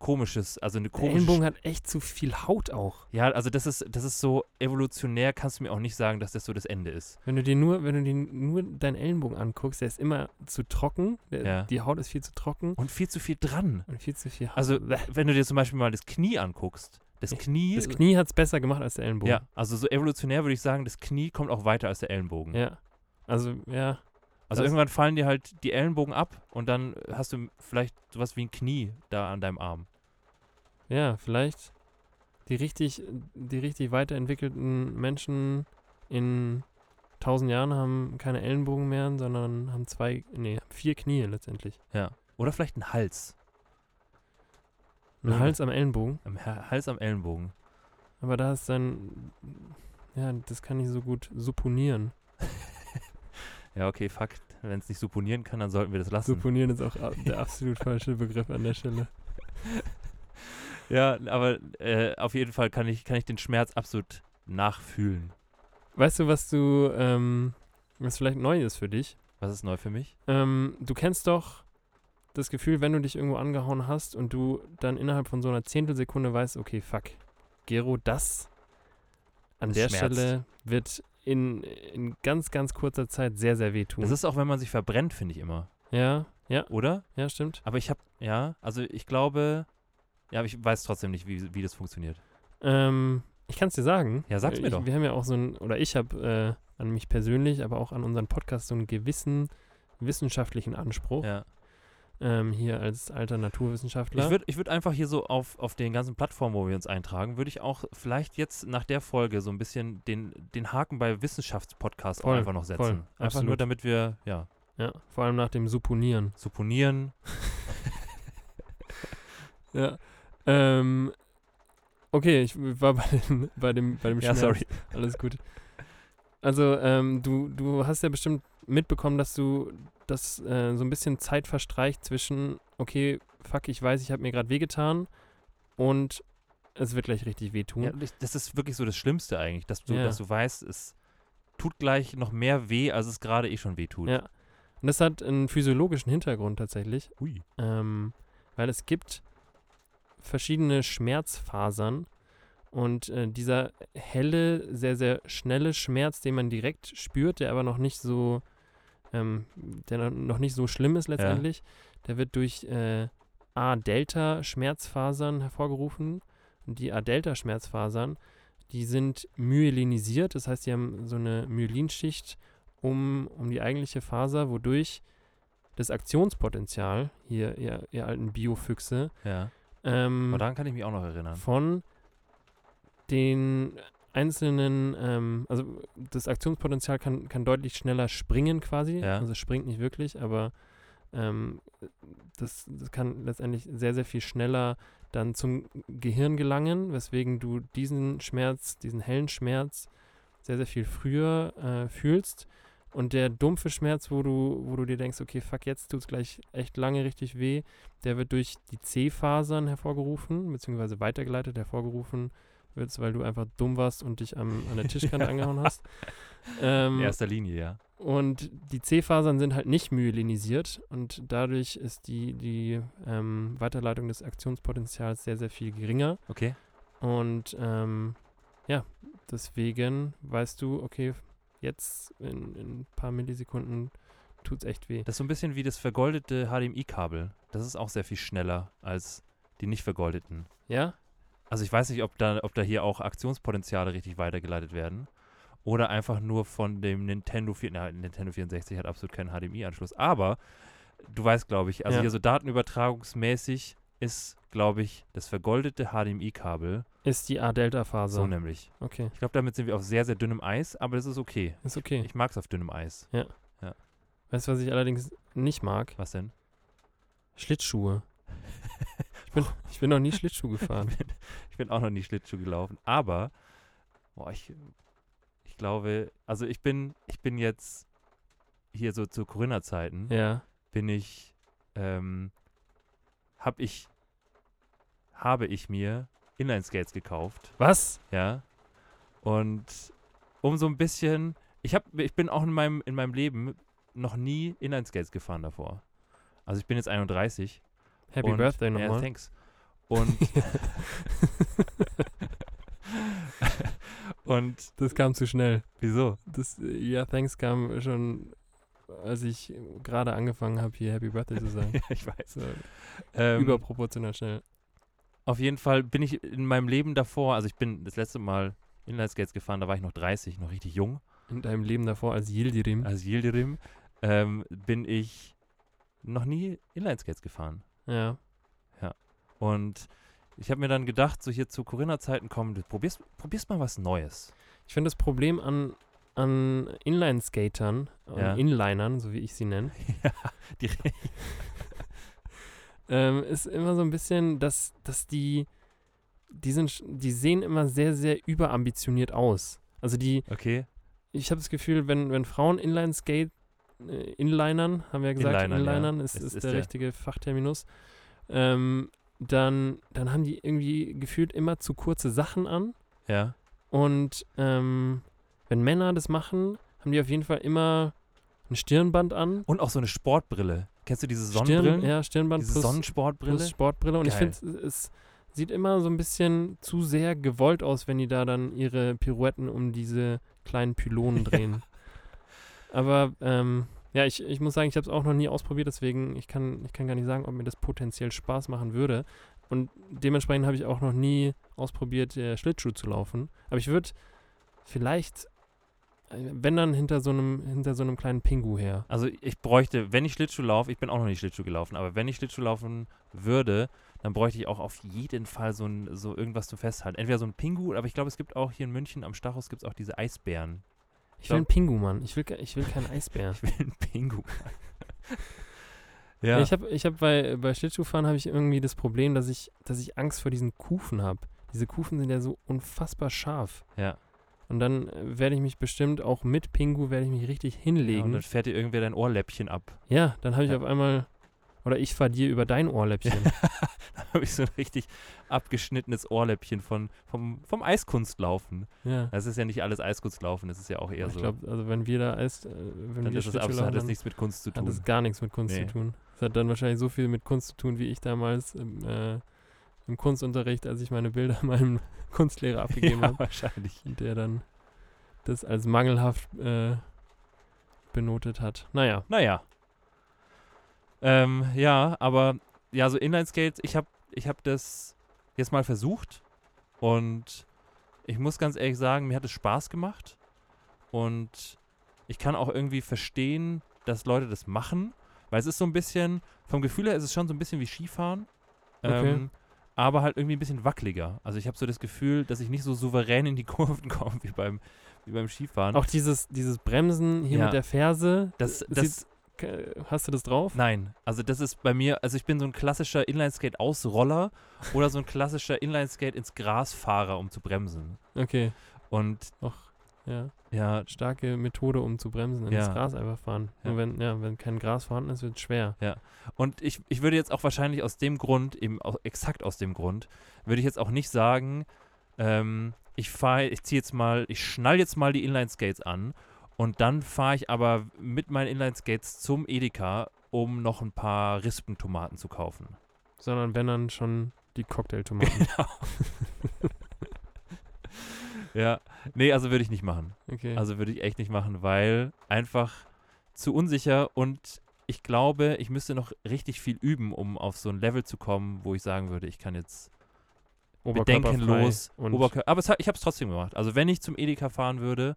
Speaker 2: komisches, also eine
Speaker 3: Der
Speaker 2: komische
Speaker 3: Ellenbogen hat echt zu viel Haut auch.
Speaker 2: Ja, also das ist, das ist so evolutionär, kannst du mir auch nicht sagen, dass das so das Ende ist.
Speaker 3: Wenn du dir nur, wenn du dir nur deinen Ellenbogen anguckst, der ist immer zu trocken. Der,
Speaker 2: Ja.
Speaker 3: Die Haut ist viel zu trocken
Speaker 2: Und viel zu viel dran.
Speaker 3: und viel zu viel Haut.
Speaker 2: Also, wenn du dir zum Beispiel mal das Knie anguckst, das Knie.
Speaker 3: das Knie hat es besser gemacht als der Ellenbogen.
Speaker 2: Ja, also so evolutionär würde ich sagen, das Knie kommt auch weiter als der Ellenbogen.
Speaker 3: Ja. Also, ja. das-
Speaker 2: also irgendwann fallen dir halt die Ellenbogen ab und dann hast du vielleicht sowas wie ein Knie da an deinem Arm.
Speaker 3: Ja, vielleicht die richtig, die richtig weiterentwickelten Menschen in tausend Jahren haben keine Ellenbogen mehr, sondern haben zwei, nee, vier Knie letztendlich.
Speaker 2: Ja. Oder vielleicht ein Hals.
Speaker 3: Ein
Speaker 2: Ja.
Speaker 3: Hals am Ellenbogen.
Speaker 2: Am Ha- Hals am Ellenbogen.
Speaker 3: Aber da ist dann, ja, das kann ich so gut supponieren.
Speaker 2: Ja, okay, fuck. Wenn es nicht supponieren kann, dann sollten wir das lassen.
Speaker 3: Supponieren ist auch a- der absolut falsche Begriff an der Stelle.
Speaker 2: Ja, aber äh, auf jeden Fall kann ich, kann ich den Schmerz absolut nachfühlen.
Speaker 3: Weißt du, was du, ähm, was vielleicht neu ist für dich?
Speaker 2: Was ist neu für mich?
Speaker 3: Ähm, du kennst doch das Gefühl, wenn du dich irgendwo angehauen hast und du dann innerhalb von so einer Zehntelsekunde weißt, okay, fuck, Gero, das an
Speaker 2: Es
Speaker 3: der
Speaker 2: schmerzt.
Speaker 3: Stelle wird in, in ganz, ganz kurzer Zeit sehr, sehr wehtun.
Speaker 2: Das ist auch, wenn man sich verbrennt, finde ich immer.
Speaker 3: ja, ja,
Speaker 2: Oder?
Speaker 3: ja, stimmt.
Speaker 2: Aber ich habe, ja, also ich glaube, ja, aber ich weiß trotzdem nicht, wie, wie das funktioniert.
Speaker 3: Ähm, ich kann es dir sagen. Äh,
Speaker 2: Ja, sag's mir
Speaker 3: ich,
Speaker 2: doch.
Speaker 3: Wir haben ja auch so ein, oder ich habe äh, an mich persönlich, aber auch an unseren Podcast so einen gewissen wissenschaftlichen Anspruch.
Speaker 2: Ja.
Speaker 3: Ähm, hier als alter Naturwissenschaftler.
Speaker 2: Ich würde ich würd einfach hier so auf, auf den ganzen Plattformen, wo wir uns eintragen, würde ich auch vielleicht jetzt nach der Folge so ein bisschen den, den Haken bei Wissenschaftspodcast auch
Speaker 3: Voll,
Speaker 2: einfach noch setzen.
Speaker 3: voll,
Speaker 2: einfach nur,
Speaker 3: absolut.
Speaker 2: damit wir, ja,
Speaker 3: ja, vor allem nach dem Supponieren.
Speaker 2: supponieren.
Speaker 3: Ja. Ähm, okay, ich war bei, den, bei dem, bei dem Schmerz. Alles gut. Also, ähm, du, du hast ja bestimmt mitbekommen, dass du, dass äh, so ein bisschen Zeit verstreicht zwischen, okay, fuck, ich weiß, ich habe mir gerade wehgetan und es wird gleich richtig wehtun.
Speaker 2: Ja, und ich- das ist wirklich so das Schlimmste eigentlich, dass du,
Speaker 3: Ja.
Speaker 2: dass du weißt, es tut gleich noch mehr weh, als es gerade eh schon weh tut.
Speaker 3: Ja. Und das hat einen physiologischen Hintergrund tatsächlich.
Speaker 2: Ui.
Speaker 3: Ähm, weil es gibt verschiedene Schmerzfasern und äh, dieser helle, sehr, sehr schnelle Schmerz, den man direkt spürt, der aber noch nicht so, ähm, der no- noch nicht so schlimm ist letztendlich, der wird durch äh, A-Delta-Schmerzfasern hervorgerufen. Und die A-Delta-Schmerzfasern, die sind myelinisiert, das heißt, die haben so eine Myelinschicht um, um die eigentliche Faser, wodurch das Aktionspotenzial, hier ihr, ihr alten Biofüchse,
Speaker 2: Ja.
Speaker 3: ähm,
Speaker 2: Aber daran kann ich mich auch noch erinnern.
Speaker 3: von den einzelnen, ähm, also das Aktionspotenzial kann, kann deutlich schneller springen quasi.
Speaker 2: Ja.
Speaker 3: Also es springt nicht wirklich, aber ähm, das, das kann letztendlich sehr, sehr viel schneller dann zum Gehirn gelangen, weswegen du diesen Schmerz, diesen hellen Schmerz sehr, sehr viel früher äh, fühlst. Und der dumpfe Schmerz, wo du, wo du dir denkst, okay, fuck, jetzt tut es gleich echt lange richtig weh, der wird durch die C-Fasern hervorgerufen, beziehungsweise weitergeleitet hervorgerufen wird, weil du einfach dumm warst und dich am, an der Tischkante angehauen hast. Ähm,
Speaker 2: In erster Linie, ja.
Speaker 3: und die C-Fasern sind halt nicht myelinisiert und dadurch ist die, die ähm, Weiterleitung des Aktionspotenzials sehr, sehr viel geringer.
Speaker 2: Okay.
Speaker 3: Und ähm, ja, deswegen weißt du, okay, jetzt in, in ein paar Millisekunden tut es echt weh.
Speaker 2: Das ist so ein bisschen wie das vergoldete HDMI-Kabel. Das ist auch sehr viel schneller als die nicht vergoldeten.
Speaker 3: Ja?
Speaker 2: Also ich weiß nicht, ob da, ob da hier auch Aktionspotenziale richtig weitergeleitet werden. Oder einfach nur von dem Nintendo 4, na, Nintendo 64 hat absolut keinen HDMI-Anschluss. Aber du weißt, glaube ich, also
Speaker 3: Ja.
Speaker 2: hier so datenübertragungsmäßig ist, glaube ich, das vergoldete HDMI-Kabel.
Speaker 3: Ist die A-Delta-Faser.
Speaker 2: So ne. nämlich.
Speaker 3: okay,
Speaker 2: Ich glaube, damit sind wir auf sehr, sehr dünnem Eis, aber das ist okay.
Speaker 3: ist okay.
Speaker 2: Ich mag es auf dünnem Eis.
Speaker 3: Weißt du, was ich allerdings nicht mag?
Speaker 2: Was denn?
Speaker 3: Schlittschuhe. Ich bin, ich bin noch nie Schlittschuh gefahren.
Speaker 2: Ich bin auch noch nie Schlittschuh gelaufen, aber boah, ich, ich glaube, also ich bin, ich bin jetzt hier so zu Corinna-Zeiten,
Speaker 3: Ja.
Speaker 2: bin ich, ähm, hab ich, habe ich mir Inline-Skates gekauft,
Speaker 3: Was?
Speaker 2: ja, und um so ein bisschen, ich hab, ich bin auch in meinem, in meinem Leben noch nie Inline-Skates gefahren davor. Also ich bin jetzt 31
Speaker 3: Happy
Speaker 2: und-
Speaker 3: Birthday
Speaker 2: Ja,
Speaker 3: nochmal.
Speaker 2: thanks. Und, und
Speaker 3: das kam zu schnell.
Speaker 2: wieso?
Speaker 3: Das äh, Ja, thanks kam schon, als ich gerade angefangen habe, hier Happy Birthday zu sagen.
Speaker 2: ja, ich weiß.
Speaker 3: So,
Speaker 2: Ähm,
Speaker 3: überproportional schnell.
Speaker 2: auf jeden Fall bin ich in meinem Leben davor, also ich bin das letzte Mal Inlineskates gefahren, da war ich noch 30, noch richtig jung,
Speaker 3: In deinem Leben davor als Yildirim.
Speaker 2: als Yildirim, ähm, bin ich noch nie Inlineskates gefahren.
Speaker 3: Ja.
Speaker 2: Und ich habe mir dann gedacht, so hier zu Corinna-Zeiten kommen, du probierst, probierst mal was Neues.
Speaker 3: Ich finde das Problem an an Inline-Skatern, an
Speaker 2: Ja.
Speaker 3: Inlinern, so wie ich sie nenne,
Speaker 2: Die,
Speaker 3: ähm, ist immer so ein bisschen, dass, dass die, die, sind, sch- die sehen immer sehr, sehr überambitioniert aus. Also die,
Speaker 2: okay,
Speaker 3: ich habe das Gefühl, wenn, wenn Frauen Inline-Skate, äh, Inlinern, haben wir ja gesagt,
Speaker 2: Inlinern,
Speaker 3: Inlinern,
Speaker 2: ja.
Speaker 3: ist,
Speaker 2: Es
Speaker 3: ist,
Speaker 2: ist
Speaker 3: der
Speaker 2: der-
Speaker 3: richtige Fachterminus, ähm, dann, dann haben die irgendwie gefühlt immer zu kurze Sachen an.
Speaker 2: ja.
Speaker 3: Und ähm, wenn Männer das machen, haben die auf jeden Fall immer ein Stirnband an.
Speaker 2: Und auch so eine Sportbrille. Kennst du diese Sonnenbrillen?
Speaker 3: Stirn, ja, Stirnband
Speaker 2: Diese
Speaker 3: plus,
Speaker 2: Sonnensportbrille?
Speaker 3: plus Sportbrille. Und
Speaker 2: Geil.
Speaker 3: ich finde, es, es sieht immer so ein bisschen zu sehr gewollt aus, wenn die da dann ihre Pirouetten um diese kleinen Pylonen drehen. Aber ähm, ja, ich, ich muss sagen, ich habe es auch noch nie ausprobiert, deswegen ich kann, ich kann gar nicht sagen, ob mir das potenziell Spaß machen würde. Und dementsprechend habe ich auch noch nie ausprobiert, äh, Schlittschuh zu laufen. Aber ich würde vielleicht, äh, wenn dann hinter so einem, hinter so einem kleinen Pingu her.
Speaker 2: Also ich bräuchte, wenn ich Schlittschuh laufe, ich bin auch noch nicht Schlittschuh gelaufen, aber wenn ich Schlittschuh laufen würde, dann bräuchte ich auch auf jeden Fall so, ein, so irgendwas zum Festhalten. Entweder so ein Pingu, aber ich glaube, es gibt auch hier in München am Stachus gibt es auch diese Eisbären.
Speaker 3: Ich will
Speaker 2: Ja.
Speaker 3: einen Pingu, Mann. Ich will, ke- ich will keinen Eisbär.
Speaker 2: Ich will einen Pingu. ja.
Speaker 3: Ich habe ich hab bei, bei Schlittschuhfahren habe ich irgendwie das Problem, dass ich, dass ich Angst vor diesen Kufen habe. Diese Kufen sind ja so unfassbar scharf.
Speaker 2: Ja.
Speaker 3: Und dann äh, werde ich mich bestimmt auch mit Pingu werde ich mich richtig
Speaker 2: ja, und
Speaker 3: hinlegen. Ja,
Speaker 2: dann fährt dir irgendwer dein Ohrläppchen ab.
Speaker 3: dann habe ich
Speaker 2: Ja.
Speaker 3: auf einmal oder ich fahre dir über dein Ohrläppchen.
Speaker 2: Da habe ich so ein richtig abgeschnittenes Ohrläppchen von, vom, vom Eiskunstlaufen.
Speaker 3: ja.
Speaker 2: Das ist ja nicht alles Eiskunstlaufen, das ist ja auch eher
Speaker 3: ich
Speaker 2: so.
Speaker 3: glaube, also wenn wir da Eis, äh, wenn
Speaker 2: dann
Speaker 3: wir
Speaker 2: ist es absolut, hat das
Speaker 3: laufen,
Speaker 2: nichts mit Kunst zu
Speaker 3: dann hat
Speaker 2: tun.
Speaker 3: das gar nichts mit Kunst
Speaker 2: Nee.
Speaker 3: zu tun. Das hat dann wahrscheinlich so viel mit Kunst zu tun, wie ich damals im, äh, im Kunstunterricht, als ich meine Bilder meinem Kunstlehrer abgegeben habe.
Speaker 2: Ja, wahrscheinlich.
Speaker 3: Und der dann das als mangelhaft äh, benotet hat. Naja,
Speaker 2: Naja. Ähm, ja, aber ja, so Inlineskates, ich habe ich hab das jetzt mal versucht und ich muss ganz ehrlich sagen, mir hat es Spaß gemacht und ich kann auch irgendwie verstehen, dass Leute das machen, weil es ist so ein bisschen, vom Gefühl her ist es schon so ein bisschen wie Skifahren,
Speaker 3: Okay.
Speaker 2: ähm, aber halt irgendwie ein bisschen wackeliger. Also ich habe so das Gefühl, dass ich nicht so souverän in die Kurven komme wie beim, wie beim Skifahren.
Speaker 3: auch dieses, dieses Bremsen hier
Speaker 2: Ja.
Speaker 3: mit der Ferse,
Speaker 2: das,
Speaker 3: sieht-
Speaker 2: das,
Speaker 3: k- hast du das drauf?
Speaker 2: Nein, also das ist bei mir, also ich bin so ein klassischer Inlineskate-Ausroller oder so ein klassischer Inlineskate ins Grasfahrer, um zu bremsen.
Speaker 3: Okay,
Speaker 2: Und
Speaker 3: ja.
Speaker 2: ja,
Speaker 3: Starke Methode, um zu bremsen, in
Speaker 2: Ja.
Speaker 3: das Gras einfach fahren.
Speaker 2: Ja.
Speaker 3: Nur wenn, ja, wenn kein Gras vorhanden ist, wird es schwer.
Speaker 2: und ich, ich würde jetzt auch wahrscheinlich aus dem Grund, eben auch exakt aus dem Grund, würde ich jetzt auch nicht sagen, ähm, ich fahre, ich ziehe jetzt mal, ich schnall jetzt mal die Inlineskates an und dann fahre ich aber mit meinen Inlineskates zum Edeka, um noch ein paar Rispentomaten zu kaufen.
Speaker 3: Sondern wenn dann schon die Cocktailtomaten.
Speaker 2: Ja, nee, also würde ich nicht machen.
Speaker 3: Okay.
Speaker 2: Also würde ich echt nicht machen, weil einfach zu unsicher und ich glaube, ich müsste noch richtig viel üben, um auf so ein Level zu kommen, wo ich sagen würde, ich kann jetzt
Speaker 3: Oberkörperfrei
Speaker 2: bedenkenlos
Speaker 3: Und
Speaker 2: Oberkörper. Aber es, ha- ich habe es trotzdem gemacht. Also wenn ich zum Edeka fahren würde,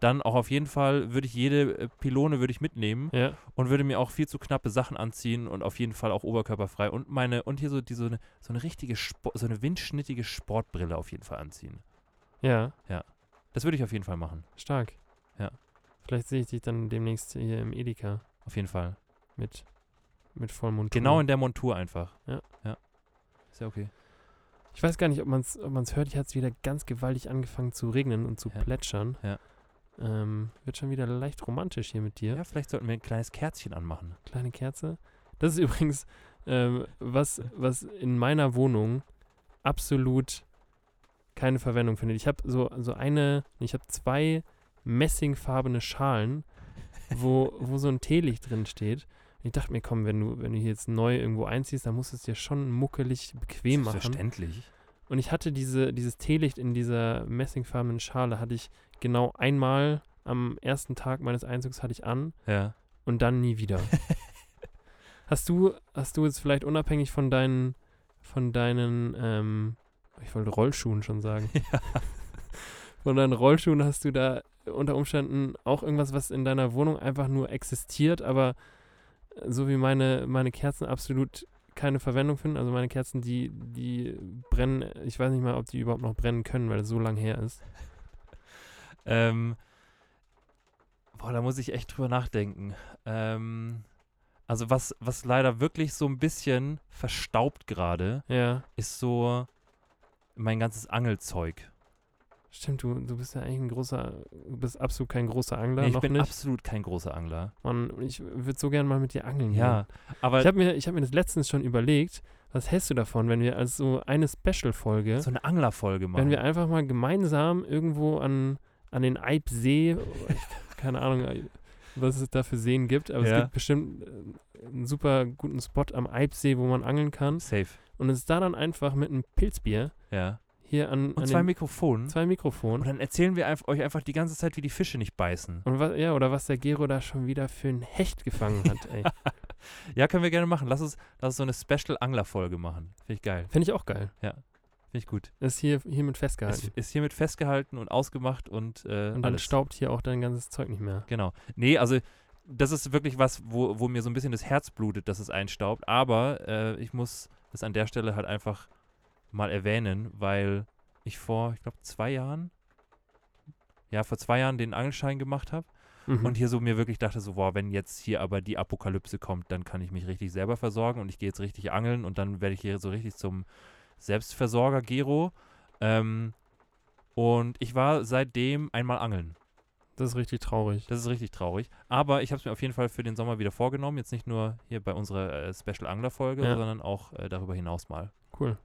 Speaker 2: dann auch auf jeden Fall würde ich jede äh, Pylone würde ich mitnehmen
Speaker 3: ja,
Speaker 2: und würde mir auch viel zu knappe Sachen anziehen und auf jeden Fall auch oberkörperfrei und meine und hier so die so eine so eine richtige Spo so eine windschnittige Sportbrille auf jeden Fall anziehen.
Speaker 3: ja,
Speaker 2: Das würde ich auf jeden Fall machen.
Speaker 3: stark.
Speaker 2: Ja.
Speaker 3: Vielleicht sehe ich dich dann demnächst hier im Edeka
Speaker 2: Auf jeden Fall.
Speaker 3: mit, mit Vollmond.
Speaker 2: Genau in der Montur einfach.
Speaker 3: Ja.
Speaker 2: ja. Ist ja okay.
Speaker 3: Ich weiß gar nicht, ob man es ob man's hört. Hier hat es wieder ganz gewaltig angefangen zu regnen und zu
Speaker 2: Ja.
Speaker 3: plätschern.
Speaker 2: Ja.
Speaker 3: Ähm, wird schon wieder leicht romantisch hier mit dir.
Speaker 2: Ja, vielleicht sollten wir ein kleines Kerzchen anmachen.
Speaker 3: Kleine Kerze. Das ist übrigens, ähm, was, was in meiner Wohnung absolut keine Verwendung findet. Ich habe so, so eine, ich habe zwei messingfarbene Schalen, wo, wo so ein Teelicht drin steht. Und ich dachte mir, komm, wenn du, wenn du hier jetzt neu irgendwo einziehst, dann musst du es dir schon muckelig bequem machen.
Speaker 2: Selbstverständlich.
Speaker 3: Und ich hatte diese, dieses Teelicht in dieser messingfarbenen Schale, hatte ich genau einmal am ersten Tag meines Einzugs hatte ich an
Speaker 2: Ja.
Speaker 3: und dann nie wieder. hast du, hast du jetzt vielleicht unabhängig von deinen, von deinen, ähm, ich wollte Rollschuhen schon sagen. Von deinen Rollschuhen hast du da unter Umständen auch irgendwas, was in deiner Wohnung einfach nur existiert, aber so wie meine, meine Kerzen absolut keine Verwendung finden. Also meine Kerzen, die, die brennen, ich weiß nicht mal, ob die überhaupt noch brennen können, weil es so lang her ist.
Speaker 2: Ähm, Boah, da muss ich echt drüber nachdenken. Ähm, also was, was leider wirklich so ein bisschen verstaubt gerade,
Speaker 3: Ja.
Speaker 2: ist so mein ganzes Angelzeug.
Speaker 3: Stimmt, du, du bist ja eigentlich ein großer, du bist absolut kein großer Angler.
Speaker 2: Nee, ich
Speaker 3: noch
Speaker 2: bin
Speaker 3: nicht.
Speaker 2: absolut kein großer Angler.
Speaker 3: Man, ich würde so gern mal mit dir angeln.
Speaker 2: Ja,
Speaker 3: Gehen.
Speaker 2: aber
Speaker 3: Ich habe mir, ich hab mir das letztens schon überlegt, was hältst du davon, wenn wir als so eine Special-Folge,
Speaker 2: ne, so eine Anglerfolge machen.
Speaker 3: wenn wir einfach mal gemeinsam irgendwo an, an den Eibsee, ich- keine Ahnung, äh, was es da für Seen gibt, aber
Speaker 2: Ja.
Speaker 3: es gibt bestimmt äh, einen super guten Spot am Eibsee, wo man angeln kann.
Speaker 2: Safe.
Speaker 3: Und uns da dann einfach mit einem Pilzbier
Speaker 2: Ja.
Speaker 3: hier an,
Speaker 2: Und
Speaker 3: an
Speaker 2: zwei
Speaker 3: den
Speaker 2: Mikrofonen.
Speaker 3: zwei
Speaker 2: Und
Speaker 3: Mikrofonen.
Speaker 2: dann erzählen wir einf- euch einfach die ganze Zeit, wie die Fische nicht beißen.
Speaker 3: Und was, ja, oder was der Gero da schon wieder für ein Hecht gefangen hat, ey.
Speaker 2: Ja, können wir gerne machen. Lass uns, lass uns so eine Special-Angler-Folge machen. Finde ich geil.
Speaker 3: Finde ich auch geil.
Speaker 2: Finde ich gut.
Speaker 3: Ist hier, hiermit
Speaker 2: Ist,
Speaker 3: festgehalten.
Speaker 2: ist hiermit festgehalten und ausgemacht und, äh,
Speaker 3: Und dann
Speaker 2: alles.
Speaker 3: staubt hier auch dein ganzes Zeug nicht mehr.
Speaker 2: Genau. Nee, also das ist wirklich was, wo, wo mir so ein bisschen das Herz blutet, dass es einstaubt. Aber äh, ich muss das an der Stelle halt einfach mal erwähnen, weil ich vor, ich glaube, zwei Jahren, ja, vor zwei Jahren den Angelschein gemacht habe.
Speaker 3: Mhm.
Speaker 2: Und hier so mir wirklich dachte, so, wow, wenn jetzt hier aber die Apokalypse kommt, dann kann ich mich richtig selber versorgen und ich gehe jetzt richtig angeln und dann werde ich hier so richtig zum Selbstversorger Gero. Ähm, und ich war seitdem einmal angeln.
Speaker 3: das ist richtig traurig.
Speaker 2: Das ist richtig traurig. Aber ich habe es mir auf jeden Fall für den Sommer wieder vorgenommen. Jetzt nicht nur hier bei unserer äh, Special Angler Folge,
Speaker 3: Ja.
Speaker 2: sondern auch äh, darüber hinaus mal.
Speaker 3: Cool.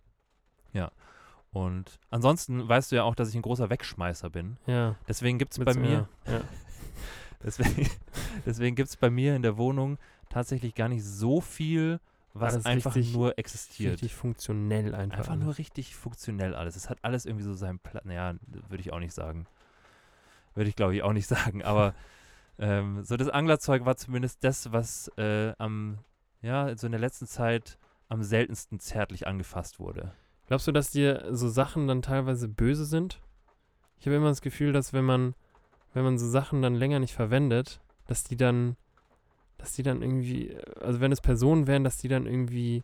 Speaker 2: Und ansonsten weißt du ja auch, dass ich ein großer Wegschmeißer bin.
Speaker 3: Ja.
Speaker 2: Deswegen gibt es
Speaker 3: mit
Speaker 2: bei
Speaker 3: so-
Speaker 2: mir
Speaker 3: Ja. ja.
Speaker 2: Deswegen, deswegen gibt es bei mir in der Wohnung tatsächlich gar nicht so viel, was
Speaker 3: Alles
Speaker 2: einfach
Speaker 3: richtig-
Speaker 2: nur existiert.
Speaker 3: Richtig funktionell einfach. ne?
Speaker 2: einfach
Speaker 3: alles.
Speaker 2: nur richtig funktionell alles. Es hat alles irgendwie so seinen Platz. Naja, würde ich auch nicht sagen. Würde ich, glaube ich, auch nicht sagen. Aber ähm, so das Anglerzeug war zumindest das, was äh, am, ja, so in der letzten Zeit am seltensten zärtlich angefasst wurde.
Speaker 3: Glaubst du, dass dir so Sachen dann teilweise böse sind? Ich habe immer das Gefühl, dass wenn man, wenn man so Sachen dann länger nicht verwendet, dass die dann, dass die dann irgendwie, also wenn es Personen wären, dass die dann irgendwie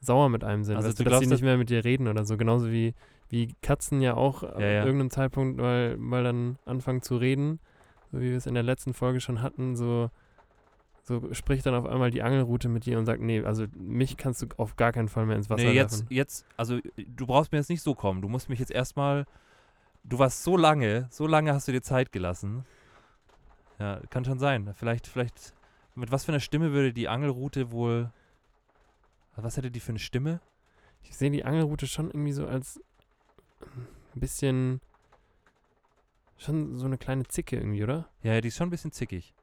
Speaker 3: sauer mit einem sind.
Speaker 2: Also
Speaker 3: weißt
Speaker 2: du
Speaker 3: du, dass
Speaker 2: glaubst,
Speaker 3: die
Speaker 2: dass-
Speaker 3: nicht mehr mit dir reden oder so. Genauso wie, wie Katzen ja auch ab
Speaker 2: ja.
Speaker 3: irgendeinem Zeitpunkt mal, mal dann anfangen zu reden, so wie wir es in der letzten Folge schon hatten, so. So spricht dann auf einmal die Angelroute mit dir und sagt, nee, also mich kannst du auf gar keinen Fall mehr ins Wasser
Speaker 2: Nee, jetzt,
Speaker 3: werfen.
Speaker 2: jetzt, also du brauchst mir jetzt nicht so kommen. Du musst mich jetzt erstmal. Du warst so lange, so lange hast du dir Zeit gelassen. Ja, kann schon sein. Vielleicht, vielleicht. Mit was für einer Stimme würde die Angelroute wohl. Was hätte die für eine Stimme?
Speaker 3: Ich sehe die Angelroute schon irgendwie so als ähm, ein bisschen. Schon so eine kleine Zicke irgendwie, oder?
Speaker 2: Ja, ja, die ist schon ein bisschen zickig.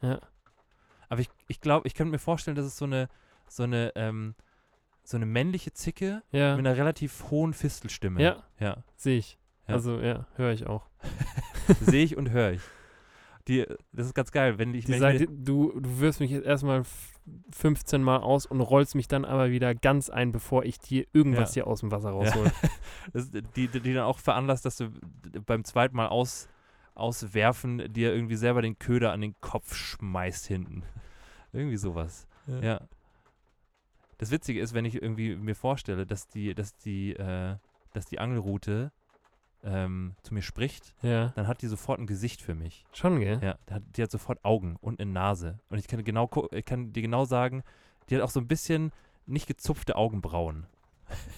Speaker 3: Ja.
Speaker 2: Aber ich, ich glaube, ich könnte mir vorstellen, dass es so eine, so eine, ähm, so eine männliche Zicke
Speaker 3: Ja,
Speaker 2: mit einer relativ hohen Fistelstimme.
Speaker 3: Ja.
Speaker 2: Ja.
Speaker 3: sehe ich.
Speaker 2: Ja.
Speaker 3: Also, ja, höre ich auch.
Speaker 2: Sehe ich und höre ich. Die, das ist ganz geil, wenn ich.
Speaker 3: Die
Speaker 2: wenn
Speaker 3: sagt,
Speaker 2: ich mir-
Speaker 3: du, du wirfst mich jetzt erstmal f- 15 Mal aus und rollst mich dann aber wieder ganz ein, bevor ich dir irgendwas
Speaker 2: Ja.
Speaker 3: hier aus dem Wasser
Speaker 2: Ja.
Speaker 3: raushole.
Speaker 2: Das, die, die die dann auch veranlasst, dass du d- beim zweiten Mal aus, auswerfen dir irgendwie selber den Köder an den Kopf schmeißt hinten. Irgendwie sowas.
Speaker 3: Ja.
Speaker 2: Ja. Das Witzige ist, wenn ich irgendwie mir vorstelle, dass die, dass die, äh, dass die Angelrute ähm, zu mir spricht,
Speaker 3: Ja.
Speaker 2: dann hat die sofort ein Gesicht für mich.
Speaker 3: Schon, gell?
Speaker 2: Ja, die hat, die hat sofort Augen und eine Nase. Und ich kann, genau, gu- ich kann dir genau sagen, die hat auch so ein bisschen nicht gezupfte Augenbrauen.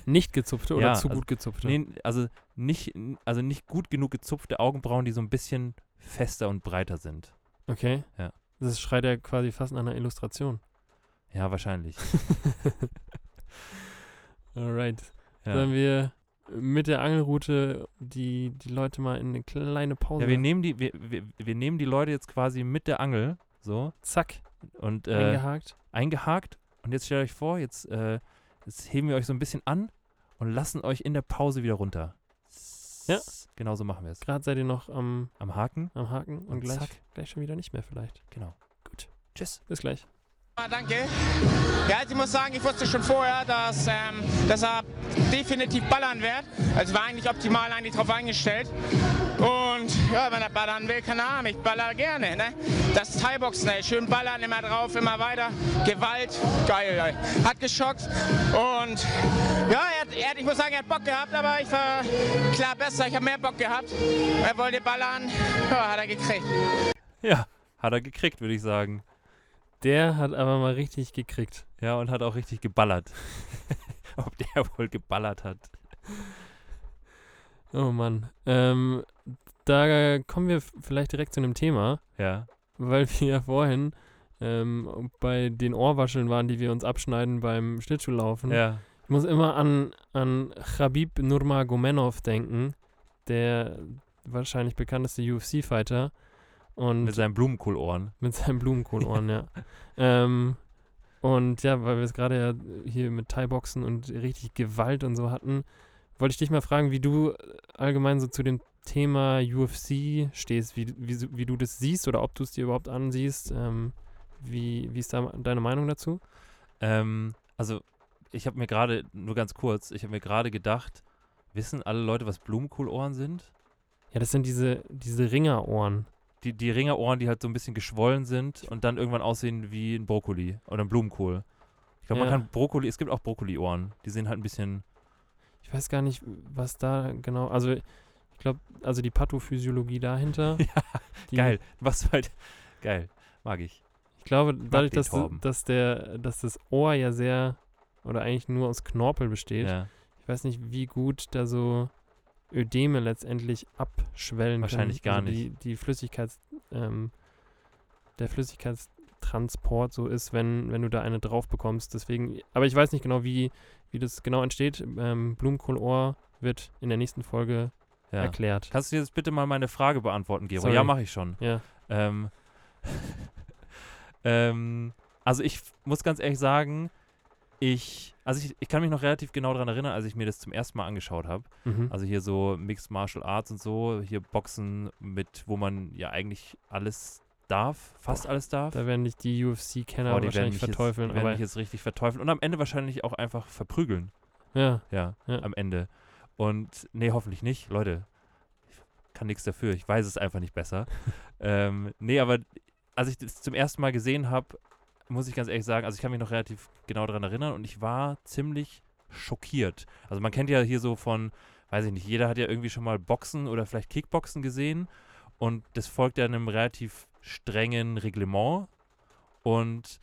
Speaker 3: Nicht gezupfte
Speaker 2: Ja,
Speaker 3: oder zu
Speaker 2: also-
Speaker 3: gut gezupfte?
Speaker 2: Nee, also nicht, also nicht gut genug gezupfte Augenbrauen, die so ein bisschen fester und breiter sind.
Speaker 3: Okay.
Speaker 2: Ja.
Speaker 3: Das schreit ja quasi fast nach einer Illustration.
Speaker 2: Ja, wahrscheinlich.
Speaker 3: Alright.
Speaker 2: Ja.
Speaker 3: Sollen wir mit der Angelroute die, die Leute mal in eine kleine Pause.
Speaker 2: Ja, wir ne- nehmen die, wir, wir, wir nehmen die Leute jetzt quasi mit der Angel so
Speaker 3: Zack,
Speaker 2: und äh,
Speaker 3: eingehakt.
Speaker 2: eingehakt. Und jetzt stellt euch vor, jetzt, äh, jetzt heben wir euch so ein bisschen an und lassen euch in der Pause wieder runter.
Speaker 3: Ja.
Speaker 2: Genau so machen wir es.
Speaker 3: Gerade seid ihr noch am,
Speaker 2: Am Haken.
Speaker 3: am Haken und,
Speaker 2: Und
Speaker 3: gleich,
Speaker 2: zack.
Speaker 3: gleich schon wieder nicht mehr vielleicht.
Speaker 2: Genau. Gut. Tschüss.
Speaker 3: Bis gleich.
Speaker 4: Ah, Danke. Ja, also ich muss sagen, ich wusste schon vorher, dass, ähm, dass er definitiv ballern wird. Also war eigentlich optimal eigentlich drauf eingestellt. Und ja, wenn er ballern will, keine Ahnung, ich baller gerne. Ne? Das Thai-Boxen, ey. schön ballern, immer drauf, immer weiter. Gewalt, geil, ey. Hat geschockt. Und ja, er, hat- er, hat- ich muss sagen, er hat Bock gehabt, aber ich war klar besser, ich habe mehr Bock gehabt. Er wollte ballern, ja, hat er gekriegt.
Speaker 2: Ja, hat er gekriegt, würde ich sagen.
Speaker 3: Der hat aber mal richtig gekriegt.
Speaker 2: Ja, und hat auch richtig geballert. Ob der wohl geballert hat.
Speaker 3: Oh Mann. Ähm, da kommen wir f- vielleicht direkt zu einem Thema,
Speaker 2: Ja.
Speaker 3: weil wir ja vorhin ähm, bei den Ohrwascheln waren, die wir uns abschneiden beim Schlittschuhlaufen.
Speaker 2: Ja.
Speaker 3: Ich muss immer an, an Khabib Nurmagomedov denken, der wahrscheinlich bekannteste UFC-Fighter. Und
Speaker 2: Mit seinen Blumenkohlohren.
Speaker 3: Mit seinen Blumenkohlohren, ja. ähm, und ja, weil wir es gerade ja hier mit Thai-Boxen und richtig Gewalt und so hatten, wollte ich dich mal fragen, wie du allgemein so zu dem Thema UFC stehst, wie, wie, wie du das siehst oder ob du es dir überhaupt ansiehst. Ähm, wie, wie ist da deine Meinung dazu?
Speaker 2: Ähm, also, ich habe mir gerade, nur ganz kurz, ich habe mir gerade gedacht, wissen alle Leute, was Blumenkohlohren sind?
Speaker 3: Ja, das sind diese, diese Ringerohren.
Speaker 2: Die, die Ringerohren, die halt so ein bisschen geschwollen sind und dann irgendwann aussehen wie ein Brokkoli oder ein Blumenkohl. Ich glaube,
Speaker 3: Ja.
Speaker 2: man kann Brokkoli, es gibt auch Brokkoliohren. Die sehen halt ein bisschen,
Speaker 3: Ich weiß gar nicht, was da genau, also ich glaube, also die Pathophysiologie dahinter.
Speaker 2: Ja,
Speaker 3: die-
Speaker 2: geil, was halt, geil, mag ich.
Speaker 3: Ich glaube, dadurch,
Speaker 2: die
Speaker 3: dass, du-
Speaker 2: Torben.
Speaker 3: dass, der, dass das Ohr ja sehr oder eigentlich nur aus Knorpel besteht,
Speaker 2: Ja.
Speaker 3: ich weiß nicht, wie gut da so Ödeme letztendlich abschwellen
Speaker 2: Wahrscheinlich
Speaker 3: können.
Speaker 2: gar
Speaker 3: also Die, die Flüssigkeits, ähm, der Flüssigkeitstransport so ist, wenn, wenn du da eine drauf bekommst. Deswegen, aber ich weiß nicht genau, wie, wie das genau entsteht. Ähm, Blumenkohlohr wird in der nächsten Folge
Speaker 2: ja.
Speaker 3: erklärt.
Speaker 2: Kannst du jetzt bitte mal meine Frage beantworten, Gero?
Speaker 3: Sorry.
Speaker 2: Ja, mache ich schon.
Speaker 3: Ja.
Speaker 2: Ähm, ähm, also ich f- muss ganz ehrlich sagen, ich, also ich, ich kann mich noch relativ genau daran erinnern, als ich mir das zum ersten Mal angeschaut habe.
Speaker 3: Mhm.
Speaker 2: Also hier so Mixed Martial Arts und so, hier Boxen mit, wo man ja eigentlich alles darf, fast alles darf.
Speaker 3: da werden dich die UFC-Kenner
Speaker 2: Boah, die werden
Speaker 3: wahrscheinlich
Speaker 2: mich jetzt,
Speaker 3: verteufeln.
Speaker 2: die werden
Speaker 3: aber
Speaker 2: mich jetzt richtig verteufeln und am Ende wahrscheinlich auch einfach verprügeln.
Speaker 3: ja,
Speaker 2: Ja,
Speaker 3: Ja.
Speaker 2: am Ende. Und nee, hoffentlich nicht. Leute, ich kann nichts dafür. Ich weiß es einfach nicht besser. ähm, nee, aber als ich das zum ersten Mal gesehen habe, muss ich ganz ehrlich sagen, also ich kann mich noch relativ genau daran erinnern und ich war ziemlich schockiert. Also man kennt ja hier so von, weiß ich nicht, jeder hat ja irgendwie schon mal Boxen oder vielleicht Kickboxen gesehen und das folgt ja einem relativ strengen Reglement. Und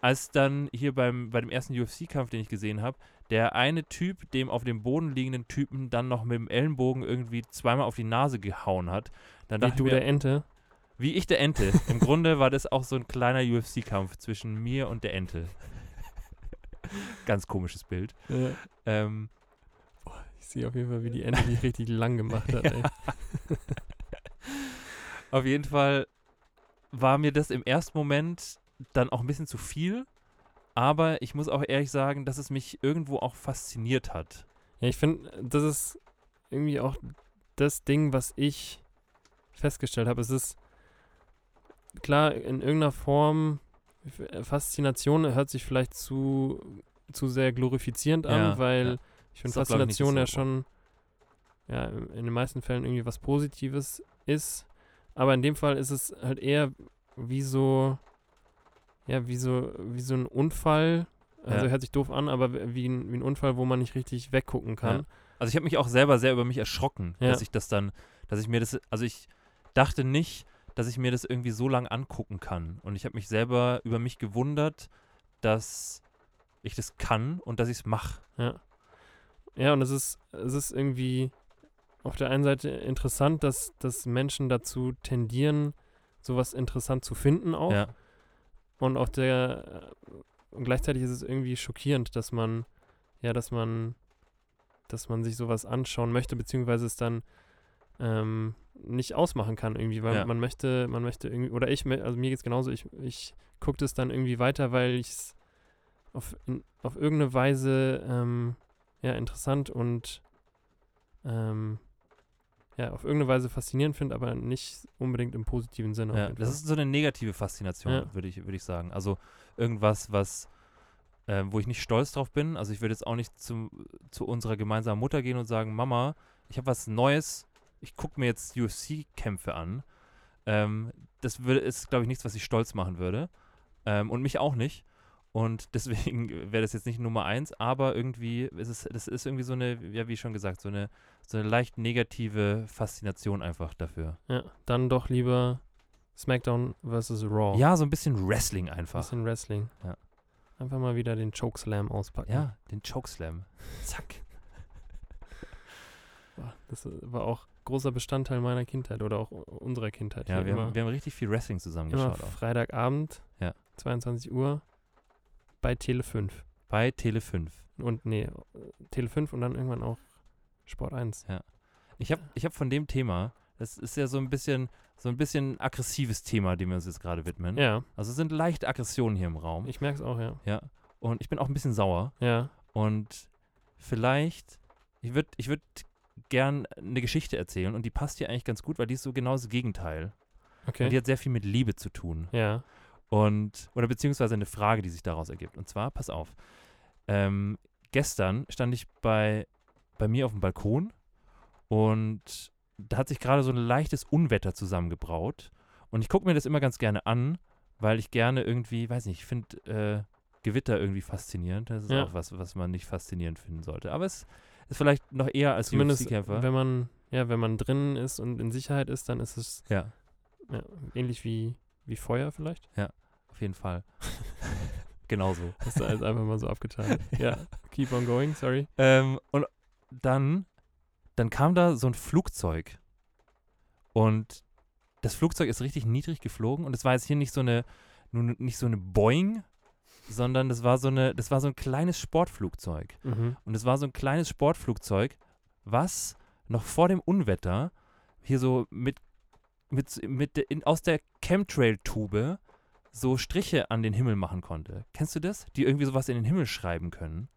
Speaker 2: als dann hier beim, bei dem ersten UFC-Kampf, den ich gesehen habe, der eine Typ dem auf dem Boden liegenden Typen dann noch mit dem Ellenbogen irgendwie zweimal auf die Nase gehauen hat, dann
Speaker 3: wie
Speaker 2: dachte
Speaker 3: du
Speaker 2: ich mir,
Speaker 3: der Ente.
Speaker 2: wie ich der Ente. Im Grunde war das auch so ein kleiner UFC-Kampf zwischen mir und der Ente. Ganz komisches Bild.
Speaker 3: Ja.
Speaker 2: Ähm,
Speaker 3: Ich sehe auf jeden Fall, wie die Ente dich richtig lang gemacht hat, ey.
Speaker 2: Auf jeden Fall war mir das im ersten Moment dann auch ein bisschen zu viel. Aber ich muss auch ehrlich sagen, dass es mich irgendwo auch fasziniert hat.
Speaker 3: Ja, ich finde, das ist irgendwie auch das Ding, was ich festgestellt habe. Es ist klar, in irgendeiner Form, F- Faszination hört sich vielleicht zu, zu sehr glorifizierend an,
Speaker 2: Ja,
Speaker 3: weil
Speaker 2: ja.
Speaker 3: ich finde
Speaker 2: Ist doch, glaub ich, nicht
Speaker 3: Faszination ja
Speaker 2: das
Speaker 3: schon ja, in in den meisten Fällen irgendwie was Positives ist. Aber in dem Fall ist es halt eher wie so, ja, wie so, wie so ein Unfall. Also
Speaker 2: Ja.
Speaker 3: hört sich doof an, aber w- wie ein, wie ein Unfall, wo man nicht richtig weggucken kann.
Speaker 2: Also ich habe mich auch selber sehr über mich erschrocken,
Speaker 3: Ja.
Speaker 2: dass ich das dann, dass ich mir das, also ich dachte nicht, dass ich mir das irgendwie so lang angucken kann. Und ich habe mich selber über mich gewundert, dass ich das kann und dass ich es mache.
Speaker 3: Ja, und es ist, es ist irgendwie auf der einen Seite interessant, dass, dass Menschen dazu tendieren, sowas interessant zu finden auch.
Speaker 2: Ja.
Speaker 3: Und auf der und gleichzeitig ist es irgendwie schockierend, dass man, ja, dass man, dass man sich sowas anschauen möchte, beziehungsweise es dann ähm, nicht ausmachen kann irgendwie, weil
Speaker 2: Ja.
Speaker 3: man möchte, man möchte irgendwie, oder ich, mö- also mir geht's genauso, ich, ich gucke das dann irgendwie weiter, weil ich es auf, in, auf irgendeine Weise ähm, ja, interessant und ähm, ja, auf irgendeine Weise faszinierend finde, aber nicht unbedingt im positiven Sinne. auf
Speaker 2: Ja,
Speaker 3: jeden
Speaker 2: das
Speaker 3: Fall.
Speaker 2: ist so eine negative Faszination,
Speaker 3: Ja.
Speaker 2: würde ich, würde ich sagen. Also irgendwas, was, äh, wo ich nicht stolz drauf bin. Also ich würde jetzt auch nicht zum, zu unserer gemeinsamen Mutter gehen und sagen, Mama, ich habe was Neues, ich gucke mir jetzt UFC-Kämpfe an. Ähm, das würde, ist, glaube ich, nichts, was ich stolz machen würde. Ähm, und mich auch nicht. Und deswegen wäre das jetzt nicht Nummer eins, aber irgendwie ist es, das ist irgendwie so eine, ja, wie schon gesagt, so eine, so eine leicht negative Faszination einfach dafür.
Speaker 3: Ja, dann doch lieber SmackDown versus Raw.
Speaker 2: Ja, so ein bisschen Wrestling
Speaker 3: Ein
Speaker 2: einfach.
Speaker 3: bisschen Wrestling.
Speaker 2: Ja.
Speaker 3: Einfach mal wieder den Chokeslam auspacken.
Speaker 2: Ja, den Chokeslam.
Speaker 3: Zack. Boah, Das äh, war auch großer Bestandteil meiner Kindheit oder auch unserer Kindheit.
Speaker 2: Ja,
Speaker 3: Hier
Speaker 2: wir
Speaker 3: immer,
Speaker 2: haben, wir haben richtig viel Wrestling
Speaker 3: immer
Speaker 2: zusammengeschaut. Auch.
Speaker 3: Freitagabend,
Speaker 2: Ja.
Speaker 3: 22 Uhr, bei Tele 5.
Speaker 2: Bei Tele 5.
Speaker 3: Und nee, Tele 5 und dann irgendwann auch Sport 1.
Speaker 2: Ich habe ich hab von dem Thema, das ist ja so ein bisschen so ein bisschen aggressives Thema, dem wir uns jetzt gerade widmen.
Speaker 3: Ja,
Speaker 2: Also es sind leichte Aggressionen hier im Raum.
Speaker 3: ich merke es auch, ja.
Speaker 2: ja. Und ich bin auch ein bisschen sauer.
Speaker 3: Ja,
Speaker 2: Und vielleicht, ich würde ich würd gern eine Geschichte erzählen und die passt hier eigentlich ganz gut, weil die ist so genau das Gegenteil. Und die
Speaker 3: okay.
Speaker 2: hat sehr viel mit Liebe zu tun.
Speaker 3: Ja,
Speaker 2: Und, oder beziehungsweise eine Frage, die sich daraus ergibt. Und zwar, pass auf. Ähm, gestern stand ich bei, bei mir auf dem Balkon und da hat sich gerade so ein leichtes Unwetter zusammengebraut. Und ich gucke mir das immer ganz gerne an, weil ich gerne irgendwie, weiß nicht, ich finde äh, Gewitter irgendwie faszinierend. Das ist
Speaker 3: Ja.
Speaker 2: auch was, was man nicht faszinierend finden sollte. Aber es ist vielleicht noch eher als
Speaker 3: zumindest
Speaker 2: UFC-Kämpfer.
Speaker 3: wenn man, ja, wenn man drinnen ist und in Sicherheit ist, dann ist es
Speaker 2: Ja,
Speaker 3: ja, ähnlich wie, wie Feuer vielleicht.
Speaker 2: auf jeden Fall. Genau Genauso.
Speaker 3: Hast du alles einfach mal so abgetan. Ja, keep on going, sorry.
Speaker 2: Ähm, und dann, dann kam da so ein Flugzeug. Und das Flugzeug ist richtig niedrig geflogen und es war jetzt hier nicht so eine, nun nicht so eine Boeing, sondern das war so eine, das war so ein kleines Sportflugzeug.
Speaker 3: Mhm.
Speaker 2: Und es war so ein kleines Sportflugzeug, was noch vor dem Unwetter hier so mit, mit, mit de- in, aus der Chemtrail-Tube so Striche an den Himmel machen konnte. Kennst du das? Die irgendwie sowas in den Himmel schreiben können.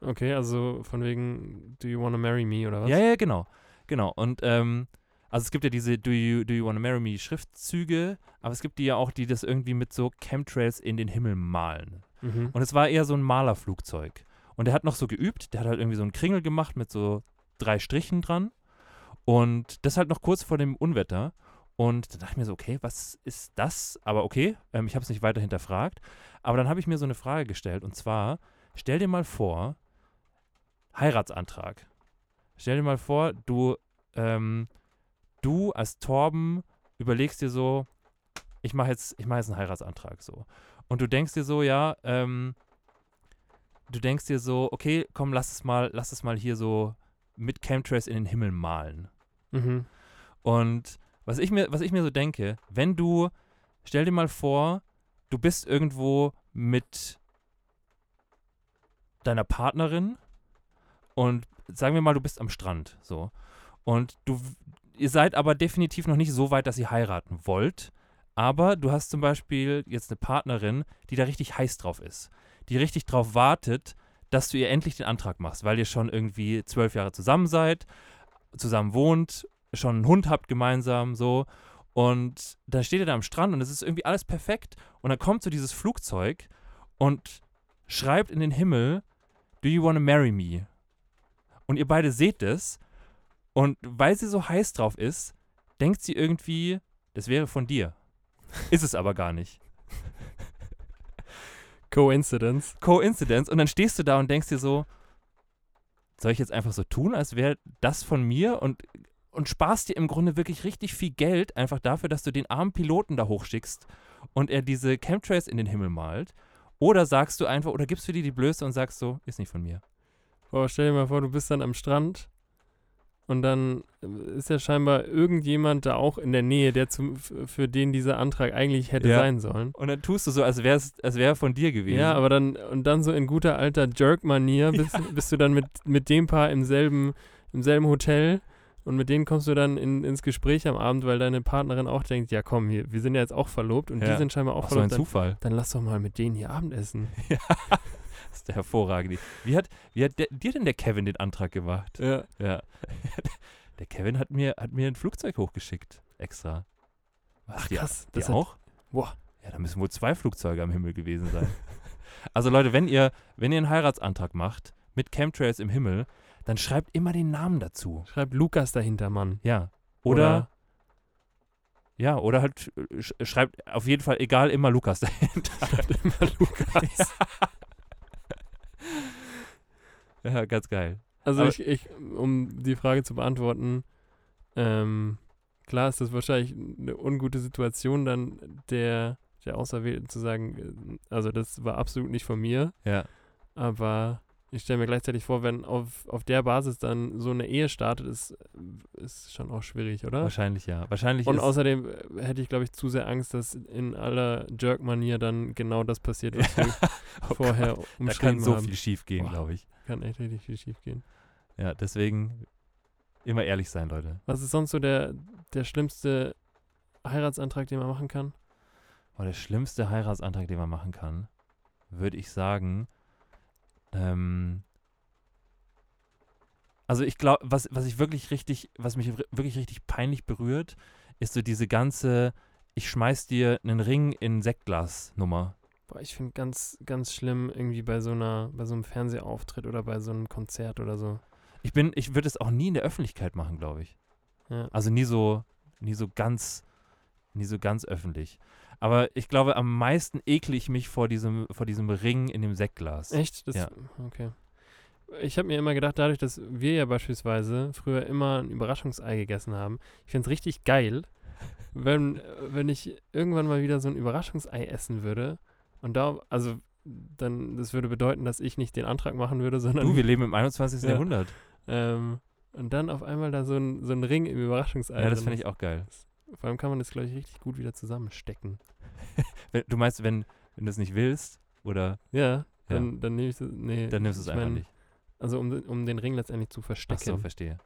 Speaker 3: Okay, also von wegen, do you wanna marry me oder was?
Speaker 2: Ja, ja, genau. Genau. Und ähm, also es gibt ja diese Do You, Do you Wanna Marry Me Schriftzüge, aber es gibt die ja auch, die das irgendwie mit so Chemtrails in den Himmel malen.
Speaker 3: Mhm.
Speaker 2: Und es war eher so ein Malerflugzeug. Und der hat noch so geübt, der hat halt irgendwie so einen Kringel gemacht mit so drei Strichen dran. Und das halt noch kurz vor dem Unwetter. Und dann dachte ich mir so, okay, was ist das? Aber okay, ähm, ich habe es nicht weiter hinterfragt. Aber dann habe ich mir so eine Frage gestellt. Und zwar, stell dir mal vor, Heiratsantrag. Stell dir mal vor, du, ähm, du als Torben überlegst dir so, ich mache jetzt, ich mach jetzt einen Heiratsantrag so. Und du denkst dir so, ja, ähm, du denkst dir so, okay, komm, lass es mal, lass es mal hier so mit Chemtrails in den Himmel malen.
Speaker 3: Mhm.
Speaker 2: Und was ich mir, was ich mir so denke, wenn du, stell dir mal vor, du bist irgendwo mit deiner Partnerin und sagen wir mal, du bist am Strand, so. Und du, w- ihr seid aber definitiv noch nicht so weit, dass ihr heiraten wollt. Aber du hast zum Beispiel jetzt eine Partnerin, die da richtig heiß drauf ist, die richtig drauf wartet, dass du ihr endlich den Antrag machst, weil ihr schon irgendwie zwölf Jahre zusammen seid, zusammen wohnt schon einen Hund habt gemeinsam, so. Und dann steht ihr da am Strand und es ist irgendwie alles perfekt. Und dann kommt so dieses Flugzeug und schreibt in den Himmel, Do you wanna marry me? Und ihr beide seht es. Und weil sie so heiß drauf ist, denkt sie irgendwie, das wäre von dir. Ist es aber gar nicht.
Speaker 3: Coincidence.
Speaker 2: Coincidence. Und dann stehst du da und denkst dir so, soll ich jetzt einfach so tun, als wäre das von mir und, und sparst dir im Grunde wirklich richtig viel Geld einfach dafür, dass du den armen Piloten da hochschickst und er diese Chemtrails in den Himmel malt. Oder sagst du einfach, oder gibst du dir die Blöße und sagst so, ist nicht von mir.
Speaker 3: Boah, Oh, stell dir mal vor, du bist dann am Strand und dann ist ja scheinbar irgendjemand da auch in der Nähe, der zum, f- für den dieser Antrag eigentlich hätte
Speaker 2: Ja.
Speaker 3: sein sollen.
Speaker 2: Und dann tust du so, als wäre es als wär er von dir gewesen.
Speaker 3: Ja, aber dann, und dann so in guter alter Jerk-Manier bist, bist du dann mit, mit dem Paar im selben, im selben Hotel und mit denen kommst du dann in, ins Gespräch am Abend, weil deine Partnerin auch denkt, ja komm, hier, wir sind ja jetzt auch verlobt und
Speaker 2: Ja.
Speaker 3: die sind scheinbar auch
Speaker 2: auch so ein
Speaker 3: verlobt. Dann,
Speaker 2: Zufall.
Speaker 3: dann lass doch mal mit denen hier Abendessen.
Speaker 2: Das ist der hervorragende. Wie hat, wie hat der, dir denn der Kevin den Antrag gemacht?
Speaker 3: Ja.
Speaker 2: Ja. Der Kevin hat mir, hat mir ein Flugzeug hochgeschickt. Extra. Was,
Speaker 3: Ach
Speaker 2: die-
Speaker 3: krass,
Speaker 2: Die
Speaker 3: das hat,
Speaker 2: auch?
Speaker 3: Boah.
Speaker 2: Ja, da müssen wohl zwei Flugzeuge am Himmel gewesen sein. also Leute, wenn ihr, wenn ihr einen Heiratsantrag macht mit Chemtrails im Himmel, dann schreibt immer den Namen dazu.
Speaker 3: schreibt Lukas dahinter, Mann.
Speaker 2: Ja. Oder, ja, oder halt äh, sch schreibt auf jeden Fall egal immer Lukas dahinter. Schreibt immer Lukas. ja. ja, ganz geil.
Speaker 3: Also
Speaker 2: Aber-
Speaker 3: ich, ich, um die Frage zu beantworten, ähm, Klar ist das wahrscheinlich eine ungute Situation, dann der, der Auserwählten zu sagen, äh, also das war absolut nicht von mir,
Speaker 2: Ja.
Speaker 3: aber ich stelle mir gleichzeitig vor, wenn auf, auf der Basis dann so eine Ehe startet, ist, äh, ist schon auch schwierig, oder?
Speaker 2: Wahrscheinlich ja. Wahrscheinlich
Speaker 3: Ne? Und
Speaker 2: ist,
Speaker 3: außerdem äh, hätte ich, glaube ich, zu sehr Angst, dass in aller Jerk-Manier dann genau das passiert, was wir
Speaker 2: Oh
Speaker 3: vorher
Speaker 2: da
Speaker 3: umschrieben
Speaker 2: kann so
Speaker 3: haben.
Speaker 2: viel schief gehen,
Speaker 3: Boah.
Speaker 2: glaube ich.
Speaker 3: Kann echt richtig viel schief gehen.
Speaker 2: Ja, deswegen immer ehrlich sein, Leute.
Speaker 3: Was ist sonst so der, der schlimmste Heiratsantrag, den man machen kann?
Speaker 2: Oh, der schlimmste Heiratsantrag, den man machen kann, würde ich sagen. Ähm, also ich glaube, was, was ich wirklich richtig, was mich ri- wirklich richtig peinlich berührt, ist so diese ganze, ich schmeiß dir einen Ring in ein Sektglas Nummer.
Speaker 3: Boah, ich finde ganz, ganz schlimm irgendwie bei so einer, bei so einem Fernsehauftritt oder bei so einem Konzert oder so.
Speaker 2: Ich bin, ich würde es auch nie in der Öffentlichkeit machen, glaube ich.
Speaker 3: Ja.
Speaker 2: Also nie so, nie so ganz, nie so ganz öffentlich. Aber ich glaube, am meisten ekle ich mich vor diesem, vor diesem Ring in dem Sektglas.
Speaker 3: Echt? Das,
Speaker 2: Ja.
Speaker 3: Okay. Ich habe mir immer gedacht, dadurch, dass wir ja beispielsweise früher immer ein Überraschungsei gegessen haben, ich finde es richtig geil, wenn, wenn ich irgendwann mal wieder so ein Überraschungsei essen würde und da, also dann, das würde bedeuten, dass ich nicht den Antrag machen würde, sondern
Speaker 2: Du, wir leben im 21.
Speaker 3: Ja.
Speaker 2: Jahrhundert.
Speaker 3: Ähm, und dann auf einmal da so ein, so ein Ring im Überraschungsei.
Speaker 2: Ja, das
Speaker 3: drin
Speaker 2: finde ich auch geil.
Speaker 3: ist. Vor allem kann man das, glaube ich, richtig gut wieder zusammenstecken.
Speaker 2: Wenn, du meinst, wenn, wenn du es nicht willst, oder
Speaker 3: Ja, dann, dann nehme ich das. Nee,
Speaker 2: dann nimmst du es
Speaker 3: ich
Speaker 2: einfach
Speaker 3: mein,
Speaker 2: nicht.
Speaker 3: Also um, um den Ring letztendlich zu
Speaker 2: Ach
Speaker 3: verstecken.
Speaker 2: so, verstehe.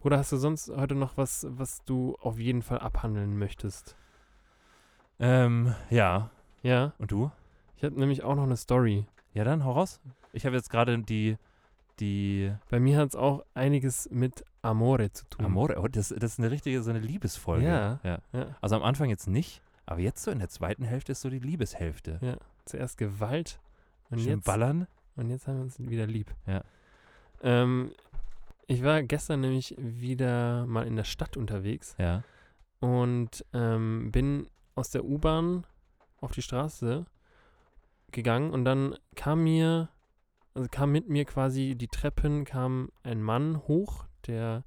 Speaker 3: Oder hast du sonst heute noch was, was du auf jeden Fall abhandeln möchtest?
Speaker 2: Ähm, ja.
Speaker 3: Ja,
Speaker 2: Und du?
Speaker 3: ich habe nämlich auch noch eine Story.
Speaker 2: Ja, dann hau raus. Ich habe jetzt gerade die, die
Speaker 3: Bei mir hat es auch einiges mit Amore zu tun.
Speaker 2: Amore. Oh, das, das ist eine richtige, so eine Liebesfolge.
Speaker 3: Hm. Ja.
Speaker 2: ja.
Speaker 3: Ja,
Speaker 2: Also am Anfang jetzt nicht, aber jetzt so in der zweiten Hälfte ist so die Liebeshälfte.
Speaker 3: Ja, zuerst Gewalt und
Speaker 2: Schön
Speaker 3: jetzt
Speaker 2: ballern.
Speaker 3: Und jetzt haben wir uns wieder lieb.
Speaker 2: Ja.
Speaker 3: Ähm, ich war gestern nämlich wieder mal in der Stadt unterwegs
Speaker 2: Ja.
Speaker 3: und ähm, bin aus der U-Bahn auf die Straße gegangen und dann kam mir, also kam mit mir quasi die Treppen, kam ein Mann hoch, der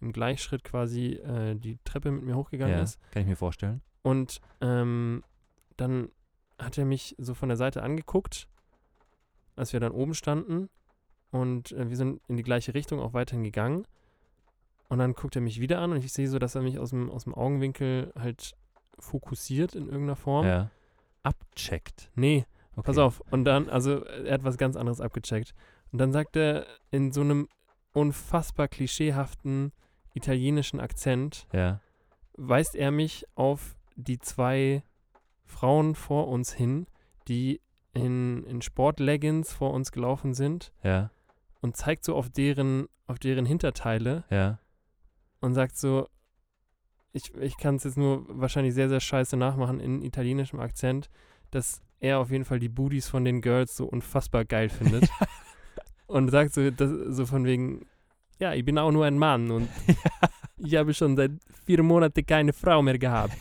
Speaker 3: im Gleichschritt quasi äh, die Treppe mit mir hochgegangen
Speaker 2: ja.
Speaker 3: ist.
Speaker 2: Kann ich mir vorstellen.
Speaker 3: Und ähm, dann hat er mich so von der Seite angeguckt, als wir dann oben standen. Und äh, wir sind in die gleiche Richtung auch weiterhin gegangen. Und dann guckt er mich wieder an und ich sehe so, dass er mich aus dem, aus dem Augenwinkel halt fokussiert in irgendeiner Form.
Speaker 2: Ja. Abcheckt.
Speaker 3: Nee,
Speaker 2: Okay.
Speaker 3: Pass auf. Und dann, also äh, er hat was ganz anderes abgecheckt. Und dann sagt er in so einem unfassbar klischeehaften italienischen Akzent,
Speaker 2: Ja.
Speaker 3: weist er mich auf die zwei Frauen vor uns hin, die in, in Sportleggings vor uns gelaufen sind
Speaker 2: Ja.
Speaker 3: und zeigt so auf deren, auf deren Hinterteile
Speaker 2: Ja.
Speaker 3: und sagt so, ich, ich kann es jetzt nur wahrscheinlich sehr, sehr scheiße nachmachen in italienischem Akzent, dass er auf jeden Fall die Booties von den Girls so unfassbar geil findet. und sagt so, das, so von wegen, ja, ich bin auch nur ein Mann und ich habe schon seit vier Monaten keine Frau mehr gehabt.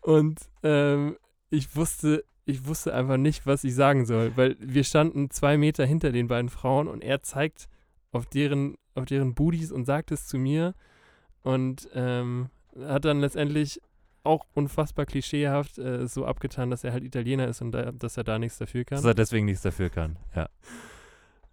Speaker 3: und ähm, ich wusste, ich wusste einfach nicht, was ich sagen soll, weil wir standen zwei Meter hinter den beiden Frauen und er zeigt auf deren, auf deren Booties und sagt es zu mir und ähm, hat dann letztendlich auch unfassbar klischeehaft äh, es so abgetan, dass er halt Italiener ist und da, dass er da nichts dafür kann.
Speaker 2: Dass er deswegen nichts dafür kann. Ja.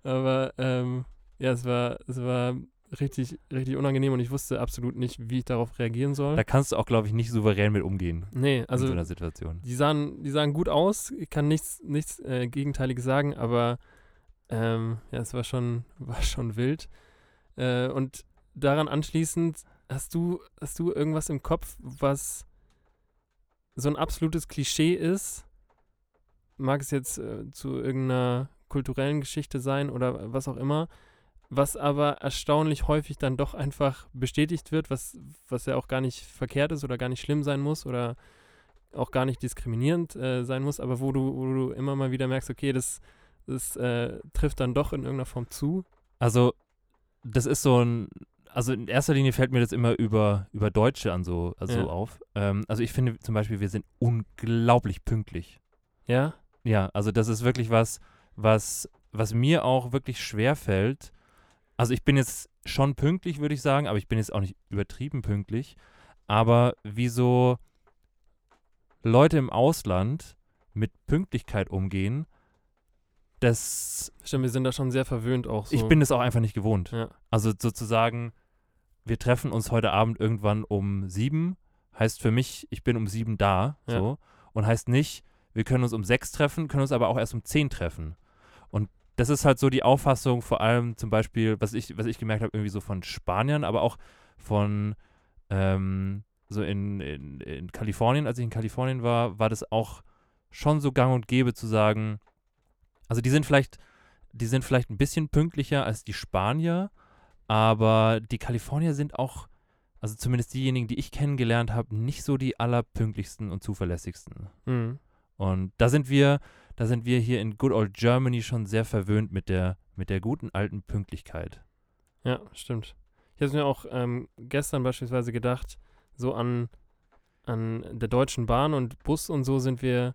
Speaker 3: Aber ähm, ja, es war, es war richtig, richtig unangenehm und ich wusste absolut nicht, wie ich darauf reagieren soll.
Speaker 2: Da kannst du auch, glaube ich, nicht souverän mit umgehen
Speaker 3: nee,
Speaker 2: in so
Speaker 3: also
Speaker 2: einer Situation.
Speaker 3: die sahen, die sahen gut aus, ich kann nichts, nichts äh, Gegenteiliges sagen, aber ähm, ja, es war schon, war schon wild. Äh, und daran anschließend, hast du, hast du irgendwas im Kopf, was so ein absolutes Klischee ist? Mag es jetzt äh, zu irgendeiner kulturellen Geschichte sein oder was auch immer, was aber erstaunlich häufig dann doch einfach bestätigt wird, was, was ja auch gar nicht verkehrt ist oder gar nicht schlimm sein muss oder auch gar nicht diskriminierend äh, sein muss, aber wo du, wo du immer mal wieder merkst, okay, das, das äh, trifft dann doch in irgendeiner Form zu.
Speaker 2: Also, das ist so ein. Also in erster Linie fällt mir das immer über, über Deutsche an so also
Speaker 3: Ja.
Speaker 2: auf. Ähm, also ich finde zum Beispiel, wir sind unglaublich pünktlich.
Speaker 3: Ja?
Speaker 2: Ja, also das ist wirklich was, was, was mir auch wirklich schwer fällt. Also ich bin jetzt schon pünktlich, würde ich sagen, aber ich bin jetzt auch nicht übertrieben pünktlich. Aber wie so Leute im Ausland mit Pünktlichkeit umgehen, das.
Speaker 3: Stimmt, wir sind da schon sehr verwöhnt auch so.
Speaker 2: Ich bin es auch einfach nicht gewohnt.
Speaker 3: Ja.
Speaker 2: Also sozusagen, wir treffen uns heute Abend irgendwann um sieben, heißt für mich, ich bin um sieben da,
Speaker 3: Ja.
Speaker 2: so. Und heißt nicht, wir können uns um sechs treffen, können uns aber auch erst um zehn treffen. Und das ist halt so die Auffassung, vor allem zum Beispiel, was ich, was ich gemerkt habe, irgendwie so von Spaniern, aber auch von ähm, so in, in, in Kalifornien, als ich in Kalifornien war, war das auch schon so gang und gäbe zu sagen, also die sind vielleicht, die sind vielleicht ein bisschen pünktlicher als die Spanier, aber die Kalifornier sind auch, also zumindest diejenigen, die ich kennengelernt habe, nicht so die allerpünktlichsten und zuverlässigsten.
Speaker 3: Mhm.
Speaker 2: Und da sind wir, da sind wir hier in Good Old Germany schon sehr verwöhnt mit der, mit der guten alten Pünktlichkeit.
Speaker 3: Ja, stimmt. Ich habe mir auch ähm, gestern beispielsweise gedacht, so an, an der Deutschen Bahn und Bus und so sind wir,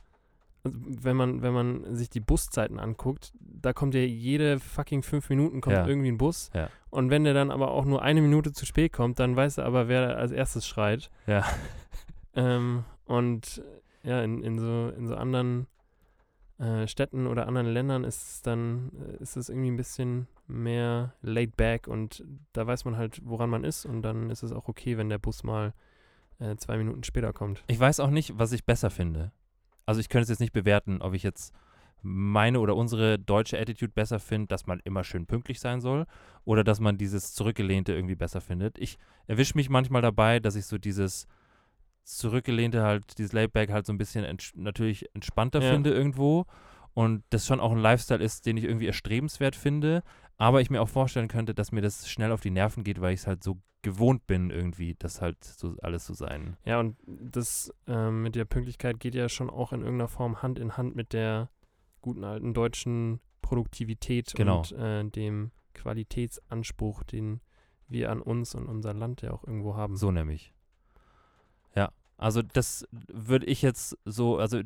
Speaker 3: also wenn man, wenn man sich die Buszeiten anguckt, da kommt ja jede fucking fünf Minuten kommt
Speaker 2: Ja.
Speaker 3: irgendwie ein Bus.
Speaker 2: Ja.
Speaker 3: Und wenn der dann aber auch nur eine Minute zu spät kommt, dann weiß er aber, wer als erstes schreit.
Speaker 2: Ja.
Speaker 3: Ähm, und äh, ja, in, in, so, in so anderen äh, Städten oder anderen Ländern ist es dann, äh, ist es irgendwie ein bisschen mehr laid back und da weiß man halt, woran man ist und dann ist es auch okay, wenn der Bus mal äh, zwei Minuten später kommt.
Speaker 2: Ich weiß auch nicht, was ich besser finde. Also ich könnte es jetzt nicht bewerten, ob ich jetzt meine oder unsere deutsche Attitude besser finde, dass man immer schön pünktlich sein soll oder dass man dieses Zurückgelehnte irgendwie besser findet. Ich erwische mich manchmal dabei, dass ich so dieses Zurückgelehnte halt, dieses Laidback halt so ein bisschen entsch natürlich entspannter
Speaker 3: Ja.
Speaker 2: finde irgendwo und das schon auch ein Lifestyle ist, den ich irgendwie erstrebenswert finde, aber ich mir auch vorstellen könnte, dass mir das schnell auf die Nerven geht, weil ich es halt so gewohnt bin irgendwie, das halt so alles zu sein.
Speaker 3: Ja, und das ähm, mit der Pünktlichkeit geht ja schon auch in irgendeiner Form Hand in Hand mit der guten alten deutschen Produktivität
Speaker 2: Genau.
Speaker 3: und äh, dem Qualitätsanspruch, den wir an uns und unser Land ja auch irgendwo haben.
Speaker 2: So nämlich. Ja, also das würde ich jetzt so, also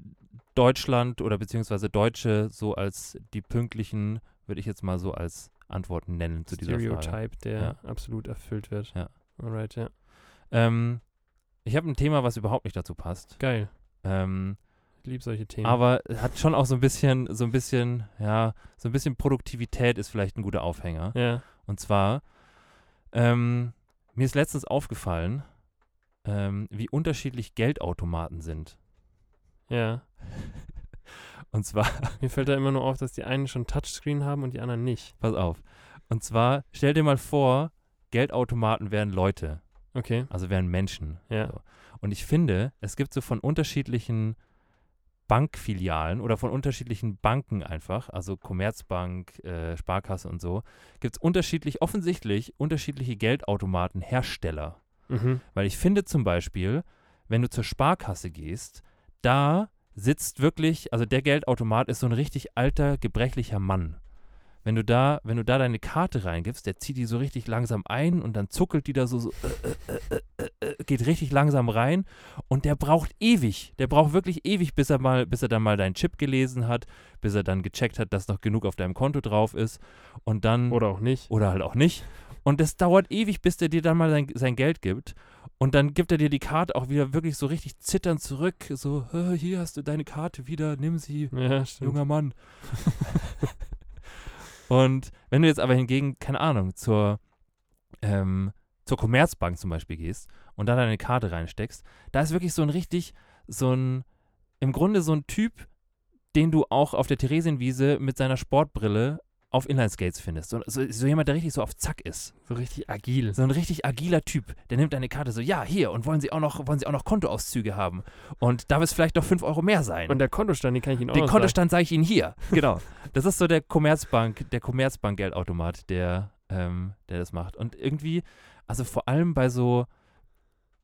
Speaker 2: Deutschland oder beziehungsweise Deutsche so als die pünktlichen, würde ich jetzt mal so als Antworten nennen zu dieser Frage.
Speaker 3: Stereotype, der
Speaker 2: Ja.
Speaker 3: absolut erfüllt wird.
Speaker 2: Ja.
Speaker 3: Alright, ja.
Speaker 2: Ähm, ich habe ein Thema, was überhaupt nicht dazu passt.
Speaker 3: Geil.
Speaker 2: Ähm,
Speaker 3: Ich liebe solche Themen.
Speaker 2: aber hat schon auch so ein bisschen, so ein bisschen, ja, so ein bisschen Produktivität ist vielleicht ein guter Aufhänger.
Speaker 3: ja.
Speaker 2: Und zwar, ähm, mir ist letztens aufgefallen, ähm, wie unterschiedlich Geldautomaten sind.
Speaker 3: Ja.
Speaker 2: Und zwar
Speaker 3: Mir fällt da immer nur auf, dass die einen schon Touchscreen haben und die anderen nicht.
Speaker 2: Pass auf. Und zwar, stell dir mal vor, Geldautomaten wären Leute,
Speaker 3: Okay.
Speaker 2: also wären Menschen.
Speaker 3: Ja.
Speaker 2: So. Und ich finde, es gibt so von unterschiedlichen Bankfilialen oder von unterschiedlichen Banken einfach, also Commerzbank, äh, Sparkasse und so, gibt es unterschiedlich, offensichtlich unterschiedliche Geldautomatenhersteller.
Speaker 3: Mhm.
Speaker 2: Weil ich finde zum Beispiel, wenn du zur Sparkasse gehst, da sitzt wirklich, also der Geldautomat ist so ein richtig alter, gebrechlicher Mann. Wenn du da, wenn du da deine Karte reingibst, der zieht die so richtig langsam ein und dann zuckelt die da so, so äh, äh, äh, äh, äh, geht richtig langsam rein und der braucht ewig, der braucht wirklich ewig, bis er mal, bis er dann mal deinen Chip gelesen hat, bis er dann gecheckt hat, dass noch genug auf deinem Konto drauf ist und dann
Speaker 3: Oder auch nicht.
Speaker 2: oder halt auch nicht. Und das dauert ewig, bis der dir dann mal sein, sein Geld gibt. Und dann gibt er dir die Karte auch wieder wirklich so richtig zitternd zurück. So, "Hä, hier hast du deine Karte wieder, nimm sie,
Speaker 3: Ja, stimmt.
Speaker 2: junger Mann. Und wenn du jetzt aber hingegen, keine Ahnung, zur, ähm, zur Commerzbank zum Beispiel gehst und da deine Karte reinsteckst, da ist wirklich so ein richtig, so ein, im Grunde so ein Typ, den du auch auf der Theresienwiese mit seiner Sportbrille auf Inlineskates findest. So, so, so jemand, der richtig so auf Zack ist.
Speaker 3: So richtig agil.
Speaker 2: So ein richtig agiler Typ, der nimmt deine Karte so, ja, hier, und wollen sie auch noch, wollen sie auch noch Kontoauszüge haben. Und darf es vielleicht noch 5 Euro mehr sein.
Speaker 3: Und der Kontostand, den kann ich Ihnen auch
Speaker 2: Den
Speaker 3: noch
Speaker 2: Kontostand sage ich Ihnen hier. Ne, Genau. Das ist so der Commerzbank, der Commerzbank-Geldautomat, der, ähm, der das macht. Und irgendwie, also vor allem bei so,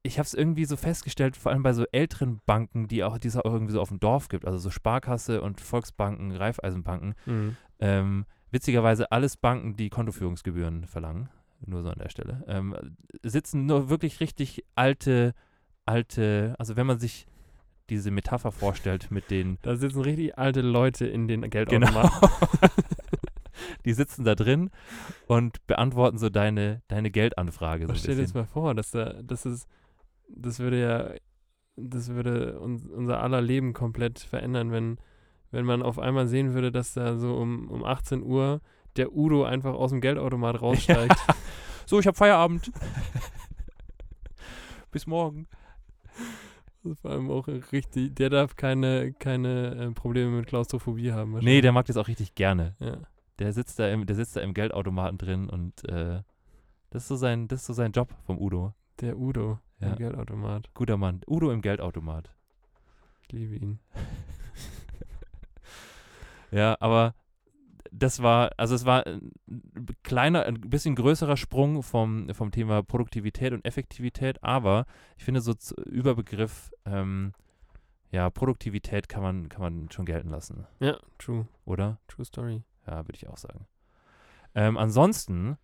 Speaker 2: ich habe es irgendwie so festgestellt, vor allem bei so älteren Banken, die auch, die es auch irgendwie so auf dem Dorf gibt, also so Sparkasse und Volksbanken, Raiffeisenbanken,
Speaker 3: sagen. Mhm.
Speaker 2: ähm, witzigerweise alles Banken, die Kontoführungsgebühren verlangen, nur so an der Stelle, ähm, sitzen nur wirklich richtig alte, alte, also wenn man sich diese Metapher vorstellt mit den
Speaker 3: Da sitzen richtig alte Leute in den Also
Speaker 2: Genau.
Speaker 3: Geldautomaten.
Speaker 2: die sitzen da drin und beantworten so deine, deine Geldanfrage. So ein
Speaker 3: Aber stell dir jetzt mal
Speaker 2: bisschen.
Speaker 3: vor, dass da, das ist, das würde ja, das würde uns, unser aller Leben komplett verändern, wenn, wenn man auf einmal sehen würde, dass da so um, um 18 Uhr der Udo einfach aus dem Geldautomat raussteigt.
Speaker 2: So, ich habe Feierabend. Bis morgen.
Speaker 3: Vor allem auch richtig, der darf keine, keine äh, Probleme mit Klaustrophobie haben.
Speaker 2: Nee, der mag das auch richtig gerne.
Speaker 3: Ja.
Speaker 2: Der sitzt da im, der sitzt da im Geldautomaten drin und äh, das, ist so sein, das ist so sein Job vom Udo.
Speaker 3: Der Udo,
Speaker 2: Ja.
Speaker 3: der Geldautomat.
Speaker 2: Guter Mann. Udo im Geldautomat.
Speaker 3: Ich liebe ihn.
Speaker 2: Ja, aber das war, also es war ein kleiner, ein bisschen größerer Sprung vom, vom Thema Produktivität und Effektivität, aber ich finde so z- Überbegriff, ähm, ja, Produktivität kann man, kann man schon gelten lassen,
Speaker 3: Ja, true.
Speaker 2: oder?
Speaker 3: True Story.
Speaker 2: Ja, würde ich auch sagen. Ähm, ansonsten,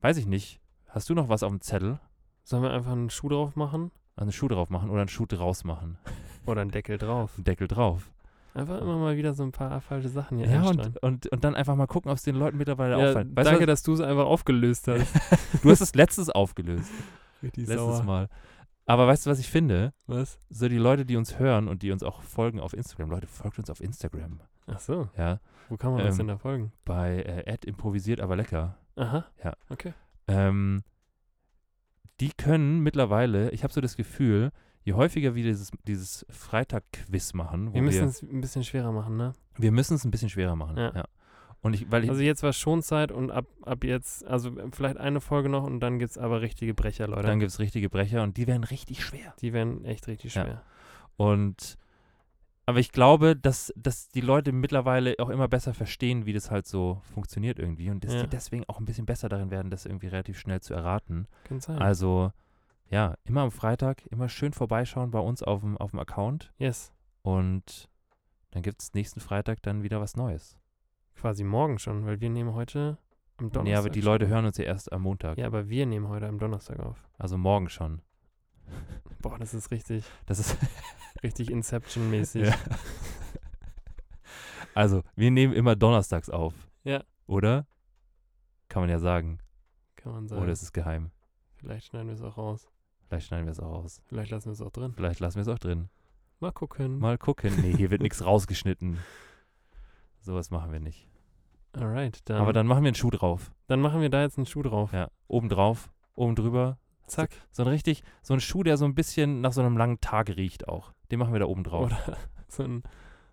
Speaker 2: weiß ich nicht, hast du noch was auf dem Zettel?
Speaker 3: Sollen wir einfach einen Schuh drauf machen?
Speaker 2: Einen Schuh drauf machen oder einen Schuh draus machen?
Speaker 3: Oder einen Deckel drauf?
Speaker 2: Einen Deckel drauf.
Speaker 3: Einfach immer mal wieder so ein paar falsche Sachen hier
Speaker 2: Ja,
Speaker 3: einstreuen.
Speaker 2: und, und, und dann einfach mal gucken, ob es den Leuten mittlerweile
Speaker 3: Ja,
Speaker 2: auffällt. Weißt du
Speaker 3: danke, dass du es einfach aufgelöst hast.
Speaker 2: was? du hast es letztes aufgelöst.
Speaker 3: Richtig
Speaker 2: letztes
Speaker 3: sauer.
Speaker 2: Mal. Aber weißt du, was ich finde?
Speaker 3: Was?
Speaker 2: So die Leute, die uns hören und die uns auch folgen auf Instagram. Leute, folgt uns auf Instagram.
Speaker 3: Ach so,
Speaker 2: Ja,
Speaker 3: wo kann man uns
Speaker 2: Ähm,
Speaker 3: denn da folgen?
Speaker 2: bei äh, Ad improvisiert, aber lecker.
Speaker 3: Aha.
Speaker 2: ja.
Speaker 3: Okay.
Speaker 2: Ähm, die können mittlerweile, ich habe so das Gefühl, je häufiger wir dieses, dieses Freitag-Quiz machen, wo
Speaker 3: Wir müssen
Speaker 2: wir,
Speaker 3: es ein bisschen schwerer machen, ne?
Speaker 2: wir müssen es ein bisschen schwerer machen. Ja.
Speaker 3: Ja.
Speaker 2: Und ich, weil ich,
Speaker 3: Also jetzt war Schonzeit und ab, ab jetzt, also vielleicht eine Folge noch und dann gibt es aber richtige Brecher, Leute.
Speaker 2: dann gibt es richtige Brecher und die werden richtig schwer.
Speaker 3: Die werden echt richtig
Speaker 2: Ja.
Speaker 3: schwer.
Speaker 2: Und aber ich glaube, dass, dass die Leute mittlerweile auch immer besser verstehen, wie das halt so funktioniert irgendwie und dass
Speaker 3: Ja.
Speaker 2: die deswegen auch ein bisschen besser darin werden, das irgendwie relativ schnell zu erraten.
Speaker 3: Kann sein.
Speaker 2: Also ja, immer am Freitag, immer schön vorbeischauen bei uns auf dem, auf dem Account
Speaker 3: yes.
Speaker 2: und dann gibt es nächsten Freitag dann wieder was Neues.
Speaker 3: Quasi morgen schon, weil wir nehmen heute am Donnerstag.
Speaker 2: Nee, aber die
Speaker 3: schon
Speaker 2: Leute
Speaker 3: auf.
Speaker 2: hören uns ja erst am Montag,
Speaker 3: Ja, aber wir nehmen heute am Donnerstag auf.
Speaker 2: also morgen schon.
Speaker 3: Boah, das ist richtig,
Speaker 2: Das ist
Speaker 3: richtig Inception-mäßig.
Speaker 2: Ja. also, wir nehmen immer donnerstags auf.
Speaker 3: Ja.
Speaker 2: Oder? Kann man ja sagen.
Speaker 3: Kann man sagen.
Speaker 2: Oder es ist geheim.
Speaker 3: Vielleicht schneiden wir es auch raus.
Speaker 2: Vielleicht schneiden wir es auch raus.
Speaker 3: Vielleicht lassen wir es auch drin.
Speaker 2: Vielleicht lassen wir es auch drin.
Speaker 3: Mal gucken.
Speaker 2: Mal gucken. Nee, hier wird nichts rausgeschnitten. Sowas machen wir nicht.
Speaker 3: Alright, dann,
Speaker 2: Aber dann machen wir einen Schuh drauf.
Speaker 3: dann machen wir da jetzt einen Schuh drauf.
Speaker 2: Ja. Oben drauf, oben drüber.
Speaker 3: Zack.
Speaker 2: So ein richtig, so ein Schuh, der so ein bisschen nach so einem langen Tag riecht auch. Den machen wir da oben drauf.
Speaker 3: Oder so ein,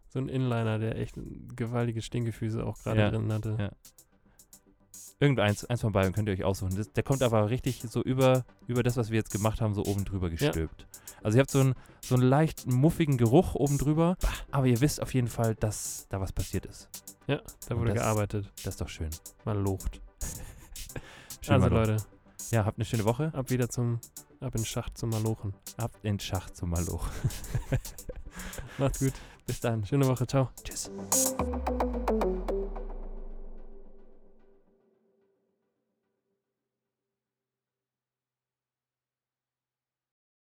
Speaker 3: so ein Inliner, der echt gewaltige Stinkefüße auch gerade
Speaker 2: Ja,
Speaker 3: drin hatte.
Speaker 2: ja. Irgendeins, eins von beiden könnt ihr euch aussuchen. Das, der kommt aber richtig so über, über das, was wir jetzt gemacht haben, so oben drüber gestülpt. Also ihr habt so einen, so einen leicht muffigen Geruch oben drüber, aber ihr wisst auf jeden Fall, dass da was passiert ist.
Speaker 3: Ja, da
Speaker 2: Und
Speaker 3: wurde
Speaker 2: das-
Speaker 3: gearbeitet.
Speaker 2: Das ist doch schön.
Speaker 3: Man locht.
Speaker 2: schön
Speaker 3: also
Speaker 2: mal doch.
Speaker 3: Leute,
Speaker 2: Ja, habt eine schöne Woche.
Speaker 3: ab wieder zum, ab in den Schacht zum Malochen.
Speaker 2: Ab in den Schacht zum Maloch.
Speaker 3: Macht's gut.
Speaker 2: Bis dann.
Speaker 3: Schöne Woche. Ciao.
Speaker 2: Tschüss.